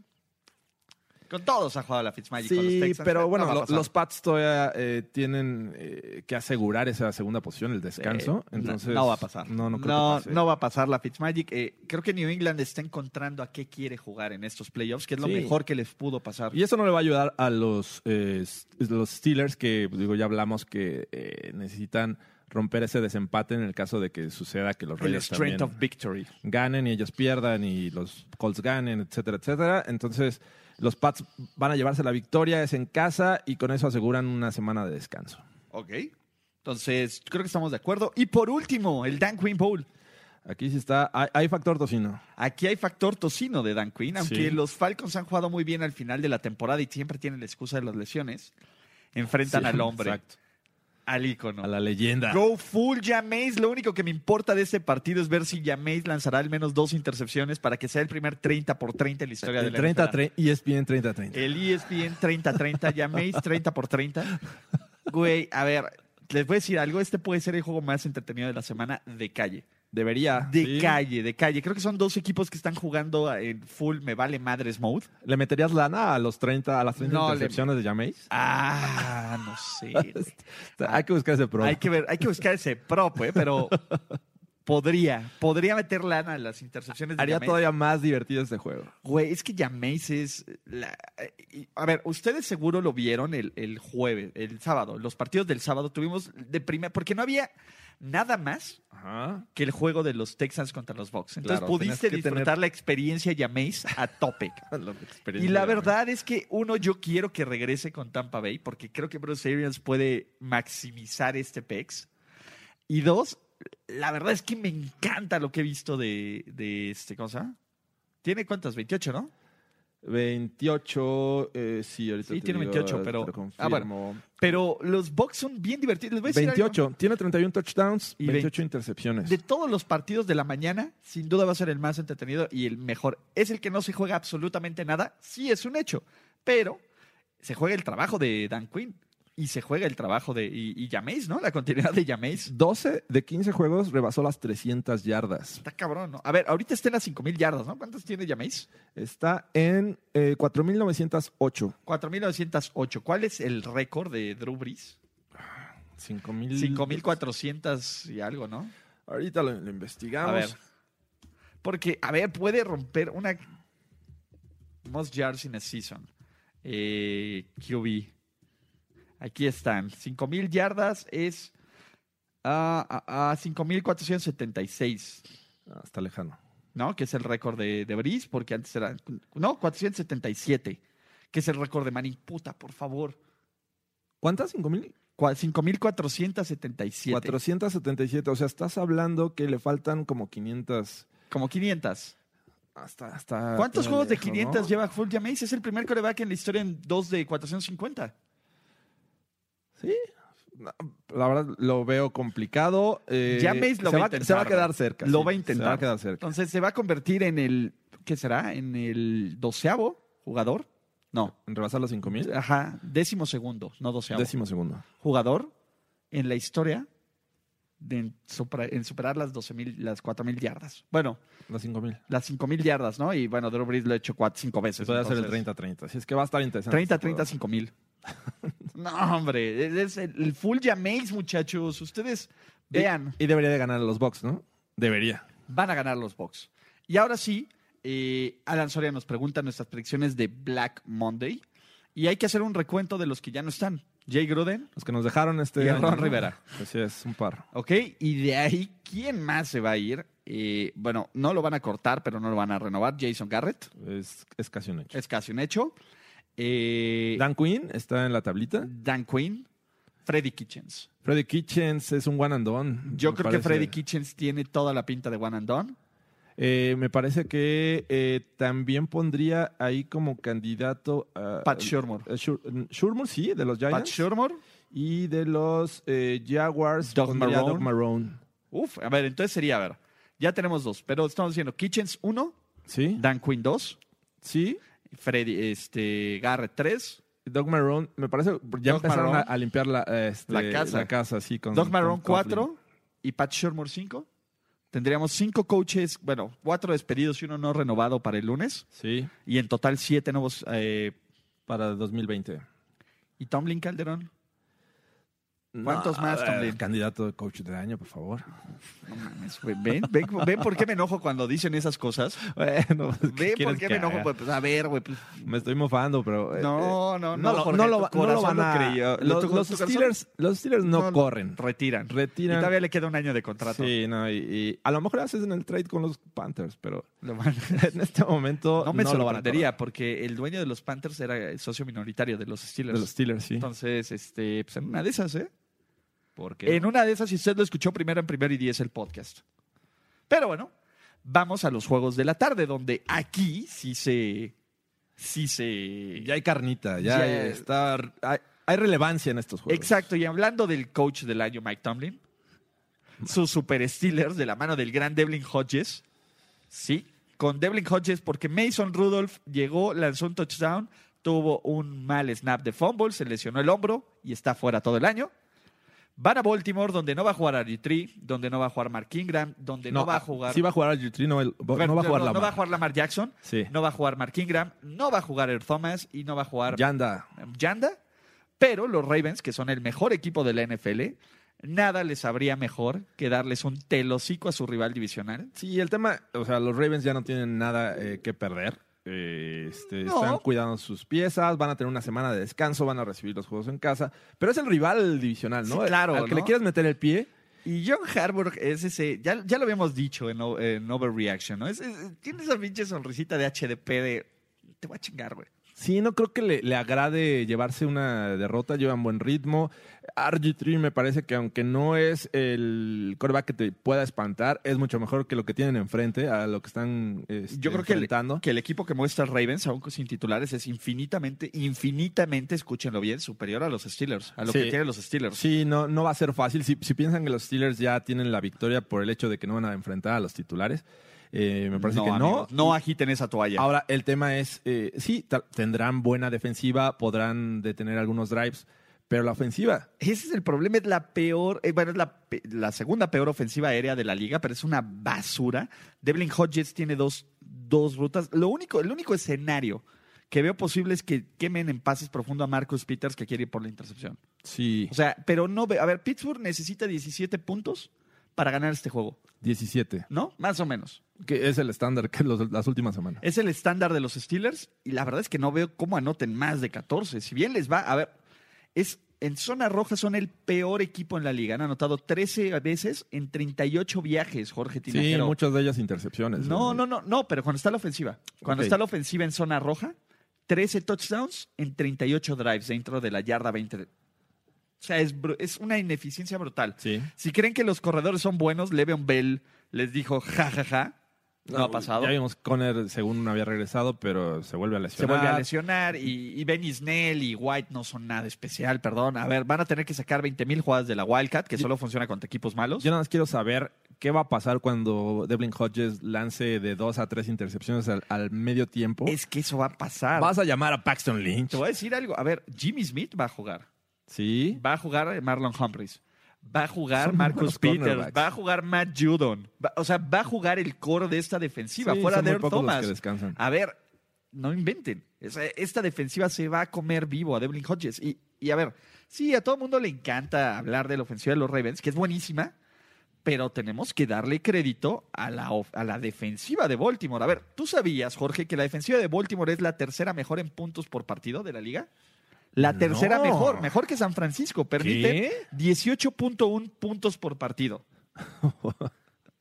Speaker 6: Con todos ha jugado la Fitzmagic. con los
Speaker 7: Sí,
Speaker 6: Texans.
Speaker 7: pero
Speaker 6: No
Speaker 7: bueno,
Speaker 6: va a
Speaker 7: lo-
Speaker 6: pasar.
Speaker 7: los Pats todavía eh, tienen eh, que asegurar esa segunda posición, el descanso.
Speaker 6: Eh, no-
Speaker 7: entonces,
Speaker 6: no, va a pasar.
Speaker 7: No, no creo
Speaker 6: no,
Speaker 7: que pase.
Speaker 6: no va a pasar la Fitzmagic. Eh, creo que New England está encontrando a qué quiere jugar en estos playoffs, que es lo
Speaker 7: Sí.
Speaker 6: mejor que les pudo pasar.
Speaker 7: Y eso no le va a ayudar a los, eh, s- los Steelers, que digo, ya hablamos que eh, necesitan romper ese desempate en el caso de que suceda que los
Speaker 6: el
Speaker 7: Raiders
Speaker 6: strength
Speaker 7: también
Speaker 6: of victory.
Speaker 7: ganen y ellos pierdan y los Colts ganen, etcétera, etcétera. Entonces, los Pats van a llevarse la victoria, es en casa y con eso aseguran una semana de descanso.
Speaker 6: Ok. Entonces, creo que estamos de acuerdo. Y por último, el Dan Quinn Bowl.
Speaker 7: Aquí sí está, hay, hay factor tocino.
Speaker 6: Aquí hay factor tocino de Dan Quinn, aunque
Speaker 7: Sí.
Speaker 6: los Falcons han jugado muy bien al final de la temporada y siempre tienen la excusa de las lesiones. Enfrentan
Speaker 7: Sí,
Speaker 6: al hombre,
Speaker 7: exacto.
Speaker 6: al ícono.
Speaker 7: A la leyenda.
Speaker 6: Go full Jameis. Lo único que me importa de este partido es ver si Jameis lanzará al menos dos intercepciones para que sea el primer 30 por 30 en la historia
Speaker 7: El
Speaker 6: de la Eh,
Speaker 7: 30
Speaker 6: NFL.
Speaker 7: tre- E ESPN 30-30.
Speaker 6: El E ESPN 30-30, Jameis 30 por 30. Güey, a ver, les voy a decir algo. Este puede ser el juego más entretenido de la semana de calle.
Speaker 7: Debería.
Speaker 6: De
Speaker 7: sí.
Speaker 6: calle, de calle. Creo que son dos equipos que están jugando en full me vale madres mode.
Speaker 7: ¿Le meterías lana a los 30, a las 30
Speaker 6: No, le-
Speaker 7: intercepciones de Jameis?
Speaker 6: Ah, no sé. güey.
Speaker 7: Hay que buscar ese pro.
Speaker 6: Hay que ver, hay que buscar ese prop, eh, pero podría, podría meter lana en las intercepciones de
Speaker 7: Haría
Speaker 6: Jameis.
Speaker 7: todavía más divertido este juego.
Speaker 6: Güey, es que Jameis es. la- eh, y- A ver, ustedes seguro lo vieron el, el jueves, el sábado. Los partidos del sábado tuvimos de primera. Porque no había nada más
Speaker 7: Ajá.
Speaker 6: que el juego de los Texans contra los Bucks. Entonces
Speaker 7: Claro,
Speaker 6: pudiste
Speaker 7: tenías que
Speaker 6: disfrutar
Speaker 7: tener-
Speaker 6: la experiencia Jameis a tope. cabrón. Y la verdad es que uno, yo quiero que regrese con Tampa Bay porque creo que Bruce Arians puede maximizar este PEX. Y dos, la verdad es que me encanta lo que he visto de, de este cosa. ¿Tiene cuántas? 28, ¿no?
Speaker 7: 28, eh, sí, ahorita
Speaker 6: Sí,
Speaker 7: te
Speaker 6: tiene
Speaker 7: digo,
Speaker 6: 28,
Speaker 7: te
Speaker 6: pero-
Speaker 7: lo
Speaker 6: ah,
Speaker 7: confirmo.
Speaker 6: Pero los Bucks son bien divertidos. Les voy a decir algo.
Speaker 7: 28, tiene 31 touchdowns
Speaker 6: Y
Speaker 7: y
Speaker 6: 20.
Speaker 7: 28 intercepciones.
Speaker 6: De todos los partidos de la mañana, sin duda va a ser el más entretenido y el mejor. Es el que no se juega absolutamente nada, sí es un hecho, pero se juega el trabajo de Dan Quinn y se juega el trabajo de. Y, y Jameis, ¿no? La continuidad de Jameis.
Speaker 7: 12 de 15 juegos rebasó las 300 yardas.
Speaker 6: Está cabrón, ¿no? A ver, ahorita está en las 5000 yardas, ¿no? ¿Cuántas tiene Jameis?
Speaker 7: Está en eh, 4.908.
Speaker 6: 4908. ¿Cuál es el récord de Drew Brees?
Speaker 7: 5.000.
Speaker 6: 5400 y algo, ¿no?
Speaker 7: Ahorita lo, lo investigamos.
Speaker 6: A ver. Porque, a ver, puede romper una. Most yards in a season. Eh, QB. Aquí están. 5000 yardas es. ah, ah, ah, 5476.
Speaker 7: Ah, está lejano.
Speaker 6: ¿No? Que es el récord de, de Breeze, porque antes era. No, 477. Que es el récord de Manning. Puta, por favor.
Speaker 7: ¿Cuántas? ¿5.000?
Speaker 6: Cua- 5477.
Speaker 7: 477. O sea, estás hablando que le faltan como 500.
Speaker 6: Como 500.
Speaker 7: Hasta. hasta
Speaker 6: ¿Cuántos
Speaker 7: está
Speaker 6: juegos de
Speaker 7: lejos, Ah, ¿no?
Speaker 6: 500 lleva Full Jameis? Es el primer coreback en la historia en dos de 450.
Speaker 7: Sí. No, La verdad, lo veo complicado. Eh,
Speaker 6: Jameis lo
Speaker 7: se
Speaker 6: va a
Speaker 7: a-
Speaker 6: intentar.
Speaker 7: Se va a quedar cerca.
Speaker 6: Lo
Speaker 7: sí.
Speaker 6: va a intentar.
Speaker 7: Se va a quedar cerca.
Speaker 6: Entonces se va a convertir en el, ¿qué será? En el doceavo jugador. No,
Speaker 7: ¿En rebasar los 5.000?
Speaker 6: ajá, décimo segundo, no doceavo.
Speaker 7: Décimo segundo.
Speaker 6: Jugador en la historia de en, supera- en superar las 12.000, las 4.000 yardas. Bueno,
Speaker 7: Los 5.000.
Speaker 6: las 5.000 yardas, ¿no? Y bueno, Drew Brees lo ha hecho cuatro, cinco veces.
Speaker 7: Se puede hacer el
Speaker 6: entonces-
Speaker 7: 30-30. Si es que va a estar interesante.
Speaker 6: 30,
Speaker 7: este juego.
Speaker 6: 30, 5 mil. No, hombre, es el, el full Jameis, muchachos. Ustedes
Speaker 7: Y-
Speaker 6: vean,
Speaker 7: Y, debería de ganar a los Bucks, ¿no? Debería.
Speaker 6: van a ganar los Bucks. Y ahora sí, eh, Alan Soria nos pregunta nuestras predicciones de Black Monday. Y hay que hacer un recuento de los que ya no están. Jay Gruden,
Speaker 7: Los que nos dejaron este.
Speaker 6: Y a Ron
Speaker 7: año, ¿no?
Speaker 6: Rivera.
Speaker 7: Así es, un par.
Speaker 6: ¿ok? Y de ahí, ¿quién más se va a ir? Eh, bueno, no lo van a cortar, pero no lo van a renovar. Jason Garrett,
Speaker 7: Es, es casi un hecho.
Speaker 6: es casi un hecho. Eh, Dan,
Speaker 7: Dan Quinn está en la tablita.
Speaker 6: Quinn, Freddy Kitchens.
Speaker 7: Freddy Kitchens es un one and done.
Speaker 6: Yo creo
Speaker 7: me
Speaker 6: que
Speaker 7: parece.
Speaker 6: Freddy Kitchens tiene toda la pinta de one and done.
Speaker 7: Eh, me parece que eh, también pondría ahí como candidato a.
Speaker 6: Pat Shurmur.
Speaker 7: eh, Shur- Shurmur, sí, de los Giants.
Speaker 6: Pat Shurmur.
Speaker 7: y de los eh, Jaguars,
Speaker 6: Doug
Speaker 7: pondría a
Speaker 6: Marrone.
Speaker 7: Doug Marrone.
Speaker 6: Uf, a ver, entonces sería, a ver, ya tenemos dos, pero estamos diciendo Kitchens 1,
Speaker 7: ¿Sí?
Speaker 6: Dan Quinn 2,
Speaker 7: sí.
Speaker 6: Freddy, este, Garrett 3,
Speaker 7: Doug Marrone, me parece, ya
Speaker 6: Doug
Speaker 7: empezaron a,
Speaker 6: Marrone.
Speaker 7: a limpiar la, este,
Speaker 6: La casa.
Speaker 7: sí. Con,
Speaker 6: Doug Marrone
Speaker 7: con Coughlin.
Speaker 6: 4 y Pat Shurmur 5. Tendríamos cinco coaches, bueno, cuatro despedidos y uno no renovado para el lunes.
Speaker 7: Sí,
Speaker 6: Y en total siete nuevos. eh,
Speaker 7: para 2020.
Speaker 6: ¿Y Tomlin Calderón?
Speaker 7: No,
Speaker 6: ¿Cuántos más,
Speaker 7: eh,
Speaker 6: Tomlin?
Speaker 7: Candidato de coach del año, por favor.
Speaker 6: No mames, güey, ¿Ven, ven, ven por qué me enojo cuando dicen esas cosas?
Speaker 7: Bueno, pues,
Speaker 6: ¿Ven por
Speaker 7: quieres
Speaker 6: qué
Speaker 7: que
Speaker 6: me enojo?
Speaker 7: haga?
Speaker 6: Pues, pues, a ver, güey, pues,
Speaker 7: Me estoy mofando, pero... eh,
Speaker 6: No,
Speaker 7: eh,
Speaker 6: no, no,
Speaker 7: lo-
Speaker 6: Jorge,
Speaker 7: no
Speaker 6: tu
Speaker 7: lo, va- no lo
Speaker 6: corazón
Speaker 7: van
Speaker 6: lo
Speaker 7: a...
Speaker 6: creyó.
Speaker 7: lo-
Speaker 6: Tu-
Speaker 7: los,
Speaker 6: tu corazón-
Speaker 7: Steelers, los Steelers Pues no,
Speaker 6: No,
Speaker 7: corren.
Speaker 6: retiran.
Speaker 7: Retiran.
Speaker 6: Y todavía le queda un año de contrato.
Speaker 7: Sí, no, y, y a lo mejor hacen el trade con los Panthers, pero
Speaker 6: Lo van-
Speaker 7: en este momento
Speaker 6: No me
Speaker 7: lo van a
Speaker 6: sorprendería, porque el dueño de los Panthers era el socio minoritario de los
Speaker 7: correr.
Speaker 6: Steelers.
Speaker 7: De los Steelers, sí.
Speaker 6: Entonces, este, pues en una de esas, ¿eh?
Speaker 7: Porque
Speaker 6: En una de esas, si usted lo escuchó primero en Primero y Diez, el podcast. Pero bueno, vamos a los juegos de la tarde, donde aquí sí se... Sí se...
Speaker 7: ya hay carnita, ya,
Speaker 6: Ya-
Speaker 7: está... Hay, hay relevancia en estos juegos.
Speaker 6: Exacto, y hablando del coach del año, Mike Tomlin, sus super Steelers de la mano del gran Devlin Hodges, sí, con Devlin Hodges, porque Mason Rudolph llegó, lanzó un touchdown, tuvo un mal snap de fumble, se lesionó el hombro y está fuera todo el año. Van a Baltimore, donde no va a jugar Aritri, donde no va a jugar Mark Ingram, donde no, va a jugar.
Speaker 7: ah, Sí va a jugar Arjutri, no, el- bo- no va a jugar la
Speaker 6: no va a jugar Lamar Jackson,
Speaker 7: Sí.
Speaker 6: no va a jugar Mark Ingram, no va a jugar Earl Thomas y no va a jugar
Speaker 7: Yanda.
Speaker 6: Yanda, pero los Ravens, que son el mejor equipo de la NFL, nada les habría mejor que darles un telocico a su rival divisional.
Speaker 7: Sí, el tema, o sea, los Ravens ya no tienen nada eh, que perder. Eh, este,
Speaker 6: No.
Speaker 7: Están cuidando sus piezas, van a tener una semana de descanso, van a recibir los juegos en casa. Pero es el rival divisional, ¿no?
Speaker 6: Sí, claro,
Speaker 7: Al que
Speaker 6: ¿no?
Speaker 7: le quieres meter el pie.
Speaker 6: Y John Harbaugh es ese, ya, ya lo habíamos dicho en, o- en Overreaction, ¿no? Es- es- tiene esa pinche sonrisita de HDP de, te voy a chingar, güey.
Speaker 7: Sí, no creo que le, le agrade llevarse una derrota, llevan buen ritmo. RG3 me parece que aunque no es el coreback que te pueda espantar, es mucho mejor que lo que tienen enfrente, a lo que están este,
Speaker 6: Yo creo que el,
Speaker 7: enfrentando.
Speaker 6: que el equipo que muestra Ravens, aún sin titulares, es infinitamente, infinitamente, escúchenlo bien, superior a los Steelers, a lo
Speaker 7: Sí.
Speaker 6: que tienen los Steelers.
Speaker 7: Sí, no, no va a ser fácil. Si, si piensan que los Steelers ya tienen la victoria por el hecho de que no van a enfrentar a los titulares, eh, me parece que
Speaker 6: amigos,
Speaker 7: no.
Speaker 6: no agiten esa toalla.
Speaker 7: Ahora, el tema es, eh, sí, ta- tendrán buena defensiva, podrán detener algunos drives, pero la ofensiva,
Speaker 6: Ese es el problema, es la peor, eh, bueno, es la, pe- la segunda peor ofensiva aérea de la liga, pero es una basura. Devlin Hodges tiene dos, dos rutas. Lo único, el único escenario que veo posible es que quemen en pases profundo a Marcus Peters que quiere ir por la intercepción.
Speaker 7: sí,
Speaker 6: O sea, pero no, ve- a ver, Pittsburgh necesita 17 puntos para ganar este juego,
Speaker 7: 17,
Speaker 6: ¿no? Más o menos.
Speaker 7: que es el estándar que los- las últimas semanas.
Speaker 6: Es el estándar de los Steelers y la verdad es que no veo cómo anoten más de 14. Si bien les va, a ver, es en zona roja son el peor equipo en la liga. Han anotado 13 veces en 38 viajes, Jorge
Speaker 7: Sí,
Speaker 6: Tinajero.
Speaker 7: muchas de ellas intercepciones.
Speaker 6: no,
Speaker 7: Eh,
Speaker 6: no, no, no, pero cuando está la ofensiva. Cuando
Speaker 7: Ok.
Speaker 6: está la ofensiva en zona roja, 13 touchdowns en 38 drives dentro de la yarda 20. de- O sea, es, bru- es una ineficiencia brutal.
Speaker 7: Sí.
Speaker 6: Si creen que los corredores son buenos, Le'Veon Bell les dijo ja, ja, ja. No, ha pasado.
Speaker 7: Ya vimos Conner, según había regresado, pero se vuelve a
Speaker 6: se
Speaker 7: lesionar.
Speaker 6: vuelve a lesionar y, y Benny Snell y White no son nada especial, perdón. A ver, van a tener que sacar 20 mil jugadas de la Wildcat, que solo funciona contra equipos malos.
Speaker 7: Yo nada más quiero saber qué va a pasar cuando Devlin Hodges lance de dos a tres intercepciones al, al medio tiempo.
Speaker 6: Es que eso va a pasar.
Speaker 7: ¿Vas a llamar a Paxton Lynch?
Speaker 6: Te voy a decir algo. A ver, Jimmy Smith va a jugar.
Speaker 7: Sí.
Speaker 6: Va a jugar Marlon Humphreys. Va a jugar
Speaker 7: Son
Speaker 6: Marcus
Speaker 7: buenos
Speaker 6: Peters.
Speaker 7: cornerbacks.
Speaker 6: Va a jugar Matt Judon. Va- o sea, va a jugar el core de esta defensiva.
Speaker 7: Sí,
Speaker 6: fuera
Speaker 7: son
Speaker 6: de
Speaker 7: muy
Speaker 6: Earl
Speaker 7: pocos los
Speaker 6: Thomas.
Speaker 7: que descansan.
Speaker 6: A ver, no inventen. O sea, esta defensiva se va a comer vivo a Devlin Hodges. Y, y a ver, sí, a todo el mundo le encanta hablar de la ofensiva de los Ravens, que es buenísima, pero tenemos que darle crédito a la, of- a la defensiva de Baltimore. A ver, ¿tú sabías, Jorge, que la defensiva de Baltimore es la tercera mejor en puntos por partido de la liga? La tercera
Speaker 7: No.
Speaker 6: mejor, mejor que San Francisco. Permite 18.1 puntos por partido.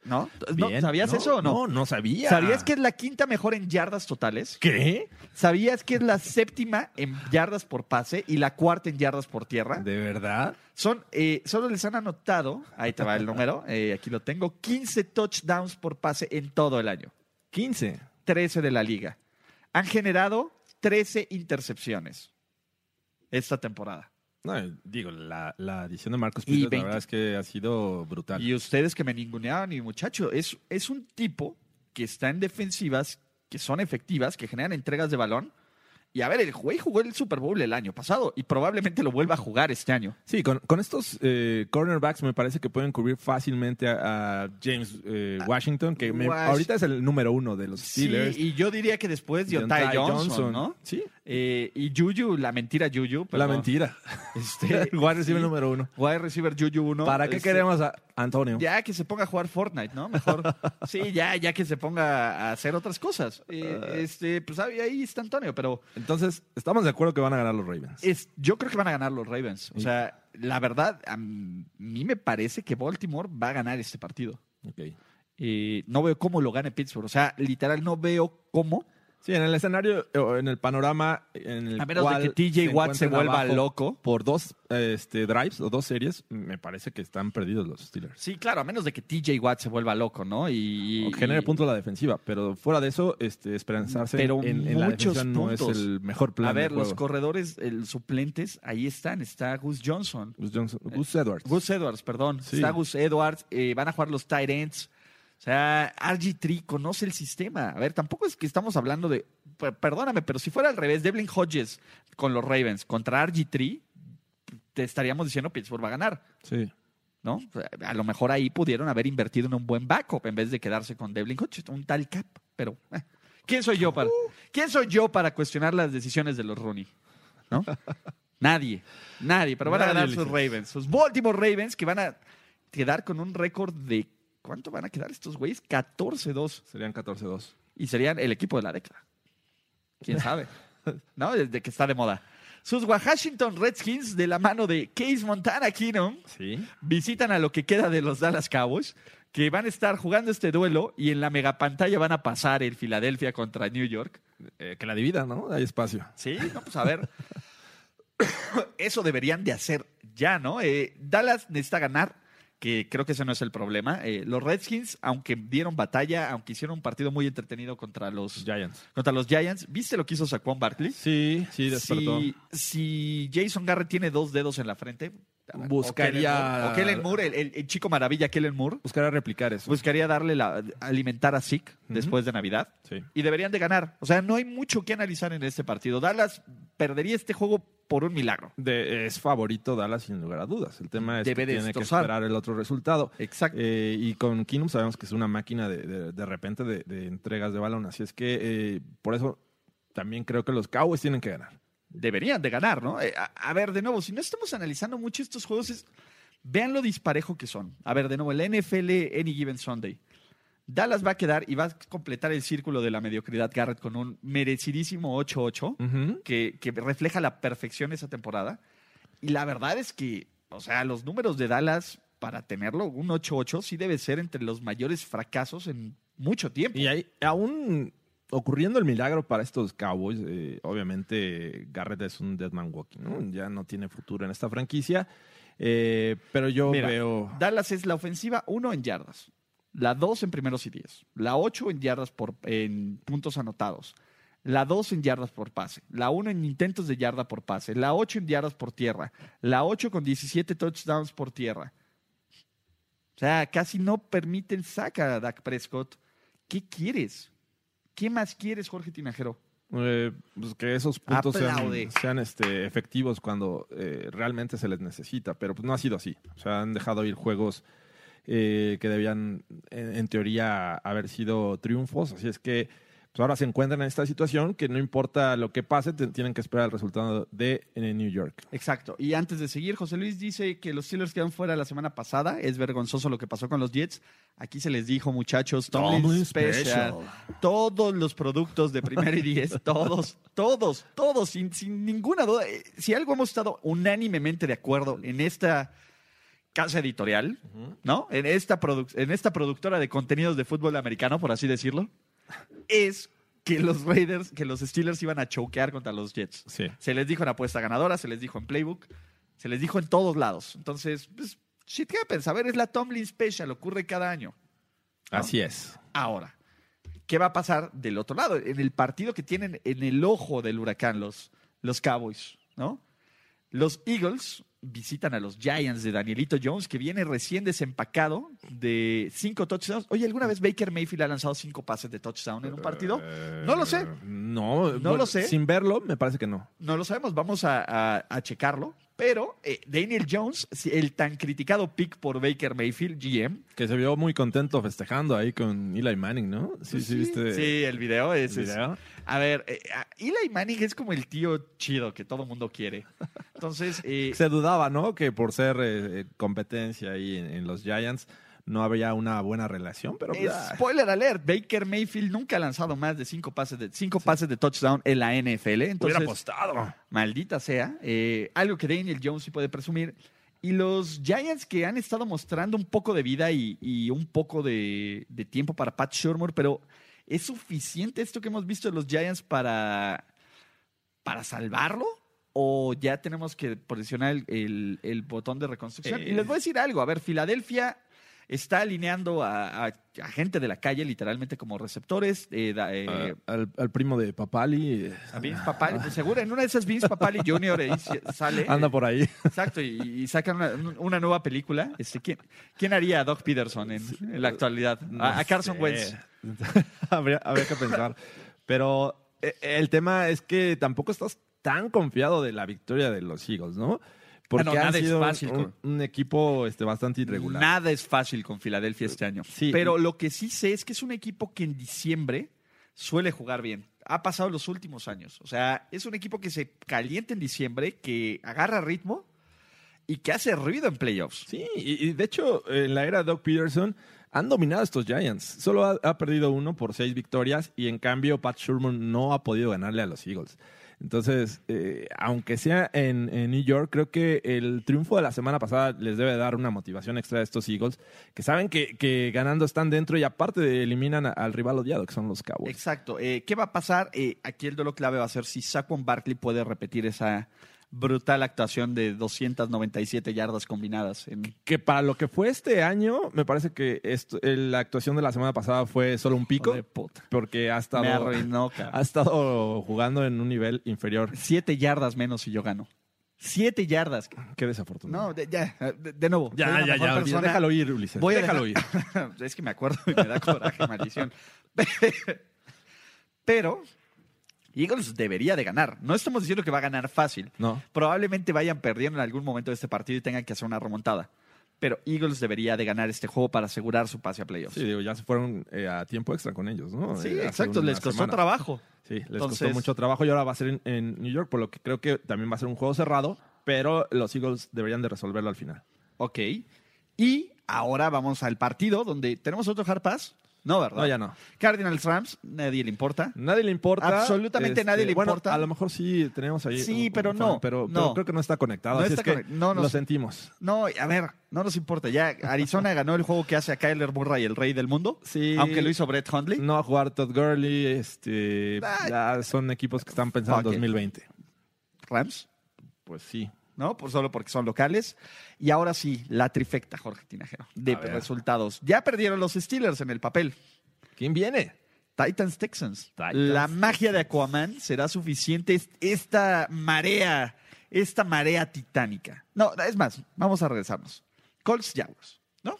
Speaker 6: ¿No? ¿No?
Speaker 7: Bien.
Speaker 6: ¿Sabías
Speaker 7: No,
Speaker 6: eso o
Speaker 7: No, no sabía.
Speaker 6: ¿Sabías que es la quinta mejor en yardas totales?
Speaker 7: ¿Qué?
Speaker 6: ¿Sabías que es la séptima en yardas por pase y la cuarta en yardas por tierra?
Speaker 7: ¿De verdad?
Speaker 6: Son, eh, solo les han anotado, ahí te va el número, eh, aquí lo tengo, 15 touchdowns por pase en todo el año,
Speaker 7: 15.
Speaker 6: 13 de la liga. Han generado 13 intercepciones esta temporada.
Speaker 7: No, digo, la, la adición de Marcus
Speaker 6: Y
Speaker 7: Peters, la
Speaker 6: 20.
Speaker 7: verdad es que ha sido brutal.
Speaker 6: Y ustedes que me ninguneaban, y muchacho, es, es un tipo que está en defensivas que son efectivas, que generan entregas de balón. Y a ver, el güey jugó el Super Bowl el año pasado y probablemente lo vuelva a jugar este año.
Speaker 7: Sí, con, con estos eh, cornerbacks me parece que pueden cubrir fácilmente a, a James eh, Washington, que me-
Speaker 6: Wash-
Speaker 7: ahorita es el número uno de los Steelers.
Speaker 6: Ah, Sí, y yo diría que después de
Speaker 7: Deontay
Speaker 6: Otay Johnson, ¿no?
Speaker 7: Sí,
Speaker 6: Eh, y Juju, la mentira Juju.
Speaker 7: la
Speaker 6: perdón.
Speaker 7: mentira.
Speaker 6: Este,
Speaker 7: El wide receiver
Speaker 6: sí.
Speaker 7: número uno.
Speaker 6: Wide receiver Juju 1.
Speaker 7: ¿Para qué queremos a Antonio?
Speaker 6: Ya que se ponga a jugar Fortnite, ¿no? Mejor. sí, ya, ya que se ponga a hacer otras cosas. Eh,
Speaker 7: Ah.
Speaker 6: este, pues ahí ahí está Antonio, pero
Speaker 7: Entonces, estamos de acuerdo que van a ganar los Ravens.
Speaker 6: es, yo creo que van a ganar los Ravens. O sea, la verdad, a mí me parece que Baltimore va a ganar este partido.
Speaker 7: Ok.
Speaker 6: Eh, no veo cómo lo gane Pittsburgh. O sea, literal, no veo cómo.
Speaker 7: Sí, en el escenario, o en el panorama en el
Speaker 6: A menos
Speaker 7: cual
Speaker 6: de que TJ Watt se
Speaker 7: encuentren
Speaker 6: vuelva
Speaker 7: abajo
Speaker 6: loco.
Speaker 7: Por dos este, drives o dos series, me parece que están perdidos los Steelers.
Speaker 6: Sí, claro, a menos de que TJ Watt se vuelva loco, ¿no? Y,
Speaker 7: O genere
Speaker 6: y-
Speaker 7: puntos la defensiva, pero fuera de eso, este, esperanzarse
Speaker 6: Pero
Speaker 7: en, en la
Speaker 6: muchos
Speaker 7: defensiva no es
Speaker 6: puntos.
Speaker 7: el mejor plan
Speaker 6: A ver,
Speaker 7: de
Speaker 6: los
Speaker 7: juego.
Speaker 6: corredores, el, suplentes, ahí están. Está Gus Johnson.
Speaker 7: Gus Johnson- Gus Edwards.
Speaker 6: Gus Edwards, perdón.
Speaker 7: Sí.
Speaker 6: Está Gus Edwards. eh, van a jugar los tight ends. O sea, RG3 conoce el sistema. A ver, tampoco es que estamos hablando de... per- Perdóname, pero si fuera al revés, Devlin Hodges con los Ravens contra RG3, te estaríamos diciendo Pittsburgh va a ganar,
Speaker 7: Sí.
Speaker 6: ¿no? O sea, A lo mejor ahí pudieron haber invertido en un buen backup en vez de quedarse con Devlin Hodges, un tal cap, pero eh, ¿quién soy yo para quién soy yo para cuestionar las decisiones de los Rooney? ¿No? nadie, nadie, pero van a
Speaker 7: Nadie,
Speaker 6: ganar sus
Speaker 7: Ulises.
Speaker 6: Ravens, sus Baltimore Ravens que van a quedar con un récord de ¿cuánto van a quedar estos güeyes? 14-2
Speaker 7: Serían 14-2.
Speaker 6: y serían el equipo de la década. ¿Quién sabe? ¿No? Desde que está de moda. Sus Washington Redskins, de la mano de Case Montana Keenum,
Speaker 7: Sí.
Speaker 6: visitan a lo que queda de los Dallas Cowboys, que van a estar jugando este duelo y en la megapantalla van a pasar el Filadelfia contra New York.
Speaker 7: Eh, que la divida, ¿no? Hay espacio.
Speaker 6: Sí, no, pues a ver. Eso deberían de hacer ya, ¿no? Eh, Dallas necesita ganar, que creo que ese no es el problema. Eh, los Redskins, aunque dieron batalla, aunque hicieron un partido muy entretenido contra los,
Speaker 7: Giants.
Speaker 6: contra los Giants, ¿viste lo que hizo Saquon Barkley?
Speaker 7: Sí, sí, despertó.
Speaker 6: Si, si Jason Garrett tiene dos dedos en la frente,
Speaker 7: Buscaría-
Speaker 6: O Kellen Moore, o Kellen Moore, el, el- el chico maravilla Kellen Moore,
Speaker 7: Buscará replicar eso.
Speaker 6: buscaría darle la, alimentar a Zeke después de Navidad.
Speaker 7: Sí.
Speaker 6: Y deberían de ganar. O sea, no hay mucho que analizar en este partido. Dallas perdería este juego por un milagro.
Speaker 7: De- es favorito Dallas sin lugar a dudas. El tema es
Speaker 6: Debe
Speaker 7: que tiene que
Speaker 6: destrozar.
Speaker 7: esperar el otro resultado.
Speaker 6: Exacto.
Speaker 7: Eh, y con Keenum sabemos que es una máquina de, de- de repente de, de entregas de balón. Así es que eh, por eso también creo que los Cowboys tienen que ganar.
Speaker 6: deberían de ganar, ¿no? Eh, a, a ver, de nuevo, si no estamos analizando mucho estos juegos, es, vean lo disparejo que son. A ver, de nuevo, el NFL Any Given Sunday. Dallas va a quedar y va a completar el círculo de la mediocridad Garrett con un merecidísimo 8-8 que, que refleja la perfección esa temporada. Y la verdad es que, o sea, los números de Dallas para tenerlo, un 8-8, sí debe ser entre los mayores fracasos en mucho tiempo.
Speaker 7: Y ahí, aún ocurriendo el milagro para estos Cowboys, eh, obviamente Garrett es un dead man walking, ¿no? Ya no tiene futuro en esta franquicia. Eh, pero yo
Speaker 6: Mira,
Speaker 7: veo.
Speaker 6: Dallas es la ofensiva 1 en yardas, la 2 en primeros y 10, la 8 en yardas por en puntos anotados, la 2 en yardas por pase, la 1 en intentos de yarda por pase, la 8 en yardas por tierra, la 8 con 17 touchdowns por tierra. O sea, casi no permiten saca a Dak Prescott. ¿Qué quieres? ¿Qué más quieres, Jorge Tinajero?
Speaker 7: Eh, pues que esos puntos
Speaker 6: Aplaude.
Speaker 7: sean, sean, este, efectivos cuando eh, realmente se les necesita, pero pues no ha sido así. O sea, han dejado ir juegos eh, que debían, en, en teoría, haber sido triunfos. Así es que pues ahora se encuentran en esta situación que no importa lo que pase, te- tienen que esperar el resultado de en New York.
Speaker 6: Exacto. Y antes de seguir, José Luis dice que los Steelers quedan fuera la semana pasada. Es vergonzoso lo que pasó con los Jets. Aquí se les dijo, muchachos, Tomlin,
Speaker 7: Tomlin
Speaker 6: Special.
Speaker 7: Special.
Speaker 6: Todos los productos de Primera y Diez, todos, todos, todos, sin, sin ninguna duda. Eh, Si algo hemos estado unánimemente de acuerdo en esta casa editorial, ¿no? En esta, produc- en esta productora de contenidos de fútbol americano, por así decirlo, es que los Raiders, que los Steelers iban a choquear contra los Jets.
Speaker 7: Sí.
Speaker 6: Se les dijo en apuesta ganadora, se les dijo en playbook, se les dijo en todos lados. Entonces, pues, shit happens. A ver, es la Tomlin Special, ocurre cada año.
Speaker 7: Así es.
Speaker 6: Ahora, ¿qué va a pasar del otro lado? En el partido que tienen en el ojo del huracán los, los Cowboys, ¿no? Los Eagles visitan a los Giants de Danielito Jones, que viene recién desempacado de cinco touchdowns. Oye, ¿alguna vez Baker Mayfield ha lanzado cinco pases de touchdown en un partido? No lo sé.
Speaker 7: No,
Speaker 6: No lo sé.
Speaker 7: Sin verlo, me parece que no.
Speaker 6: No lo sabemos, vamos a, a- a checarlo. Pero eh, Daniel Jones, si- el tan criticado pick por Baker Mayfield, GM.
Speaker 7: Que se vio muy contento festejando ahí con Eli Manning, ¿no? Sí, sí, viste.
Speaker 6: Pues Sí, el video es.
Speaker 7: el
Speaker 6: es-
Speaker 7: video?
Speaker 6: A ver, eh, a- Eli Manning es como el tío chido que todo mundo quiere. Entonces, eh,
Speaker 7: Se dudaba, ¿no? Que por ser eh, eh, competencia ahí en, en los Giants no había una buena relación, pero ah,
Speaker 6: spoiler alert, Baker Mayfield nunca ha lanzado más de cinco pases de, cinco pases de touchdown en la NFL.
Speaker 7: hubiera
Speaker 6: Entonces,
Speaker 7: apostado.
Speaker 6: maldita sea, eh, algo que Daniel Jones sí puede presumir. Y los Giants que han estado mostrando un poco de vida y, y un poco de, de tiempo para Pat Shurmur, pero ¿es suficiente esto que hemos visto de los Giants para, para salvarlo? ¿O ya tenemos que presionar el, el- el botón de reconstrucción? Y les voy a decir algo. A ver, Filadelfia está alineando a, a- a gente de la calle literalmente como receptores. eh, da- eh,
Speaker 7: Ah, al, al primo de Papali eh,
Speaker 6: a Vince Papali, pues seguro, en una de esas Vince Papali Junior ahí si- sale.
Speaker 7: anda por ahí.
Speaker 6: Exacto, y, y sacan una, una nueva película. Este, ¿quién, quién haría a Doc Peterson en, en la actualidad? A, a Carson
Speaker 7: No
Speaker 6: Wentz.
Speaker 7: sé. habría, habría que pensar. Pero eh, el tema es que tampoco estás tan confiado de la victoria de los Eagles, ¿no? Porque
Speaker 6: no,
Speaker 7: han
Speaker 6: nada es
Speaker 7: sido un-
Speaker 6: fácil,
Speaker 7: un,
Speaker 6: Cor.
Speaker 7: un equipo este, bastante irregular.
Speaker 6: Nada es fácil con Filadelfia este año.
Speaker 7: Sí.
Speaker 6: Pero lo que sí sé es que es un equipo que en diciembre suele jugar bien. Ha pasado los últimos años. O sea, es un equipo que se calienta en diciembre, que agarra ritmo y que hace ruido en playoffs.
Speaker 7: Sí, y, y de hecho, en la era de Doug Peterson han dominado estos Giants. Solo ha, ha perdido uno por seis victorias y en cambio Pat Sherman no ha podido ganarle a los Eagles. Entonces, eh, aunque sea en, en New York, creo que el triunfo de la semana pasada les debe dar una motivación extra a estos Eagles, que saben que, que ganando están dentro y aparte de- eliminan a- al rival odiado, que son los Cowboys.
Speaker 6: Exacto. Eh, ¿Qué va a pasar? Eh, aquí el duelo clave va a ser si Saquon Barkley puede repetir esa brutal actuación de 297 yardas combinadas. En...
Speaker 7: que para lo que fue este año, me parece que esto- eh, la actuación de la semana pasada fue solo un pico,
Speaker 6: Joder, puta.
Speaker 7: porque ha estado...
Speaker 6: Me arruinó, cabrón.
Speaker 7: ha estado jugando en un nivel inferior.
Speaker 6: Siete yardas menos si yo gano. Siete yardas.
Speaker 7: Qué desafortunado.
Speaker 6: No, de- ya, de, de nuevo.
Speaker 7: Ya,
Speaker 6: Soy una
Speaker 7: ya,
Speaker 6: mejor
Speaker 7: ya,
Speaker 6: persona.
Speaker 7: déjalo ir, Ulises.
Speaker 6: Voy a
Speaker 7: déjalo ir.
Speaker 6: dejar- es que me acuerdo y me da coraje, maldición. Pero Eagles debería de ganar. No estamos diciendo que va a ganar fácil.
Speaker 7: No.
Speaker 6: Probablemente vayan perdiendo en algún momento de este partido y tengan que hacer una remontada. Pero Eagles debería de ganar este juego para asegurar su pase a playoffs.
Speaker 7: Sí, digo, ya se fueron eh, a tiempo extra con ellos, ¿no?
Speaker 6: Sí,
Speaker 7: Eh, hace
Speaker 6: exacto.
Speaker 7: una
Speaker 6: Les costó
Speaker 7: semana.
Speaker 6: trabajo.
Speaker 7: Sí, les
Speaker 6: Entonces-
Speaker 7: costó mucho trabajo y ahora va a ser en, en New York, por lo que creo que también va a ser un juego cerrado, pero los Eagles deberían de resolverlo al final.
Speaker 6: Ok. Y ahora vamos al partido donde tenemos otro hard pass. No, ¿verdad?
Speaker 7: No, ya no.
Speaker 6: Cardinals Rams, nadie le importa.
Speaker 7: Nadie le importa. este,
Speaker 6: Absolutamente nadie le
Speaker 7: bueno,
Speaker 6: importa.
Speaker 7: A lo mejor sí tenemos ahí.
Speaker 6: Sí,
Speaker 7: un- un
Speaker 6: pero
Speaker 7: fan,
Speaker 6: no,
Speaker 7: Pero,
Speaker 6: no.
Speaker 7: pero creo que no está conectado.
Speaker 6: No
Speaker 7: así
Speaker 6: está
Speaker 7: es que
Speaker 6: conect- no
Speaker 7: lo
Speaker 6: nos-
Speaker 7: sentimos.
Speaker 6: No, a ver, no nos importa. Ya Arizona ganó el juego que hace a Kyler Murray el rey del mundo.
Speaker 7: Sí.
Speaker 6: Aunque lo hizo Brett Hundley.
Speaker 7: No va a jugar Todd Gurley. Este,
Speaker 6: Ah.
Speaker 7: ya son equipos que están pensando en
Speaker 6: Fuck it.
Speaker 7: 2020.
Speaker 6: Rams,
Speaker 7: Pues sí.
Speaker 6: ¿no? Por, solo porque son locales. Y ahora sí, la trifecta, Jorge Tinajero, de
Speaker 7: A ver.
Speaker 6: resultados. Ya perdieron los Steelers en el papel.
Speaker 7: ¿Quién viene?
Speaker 6: Titans Texans.
Speaker 7: Titans,
Speaker 6: la magia de Aquaman será suficiente. Es- Esta marea, esta marea titánica. No, es más, vamos a regresarnos. Colts Jaguars, ¿no?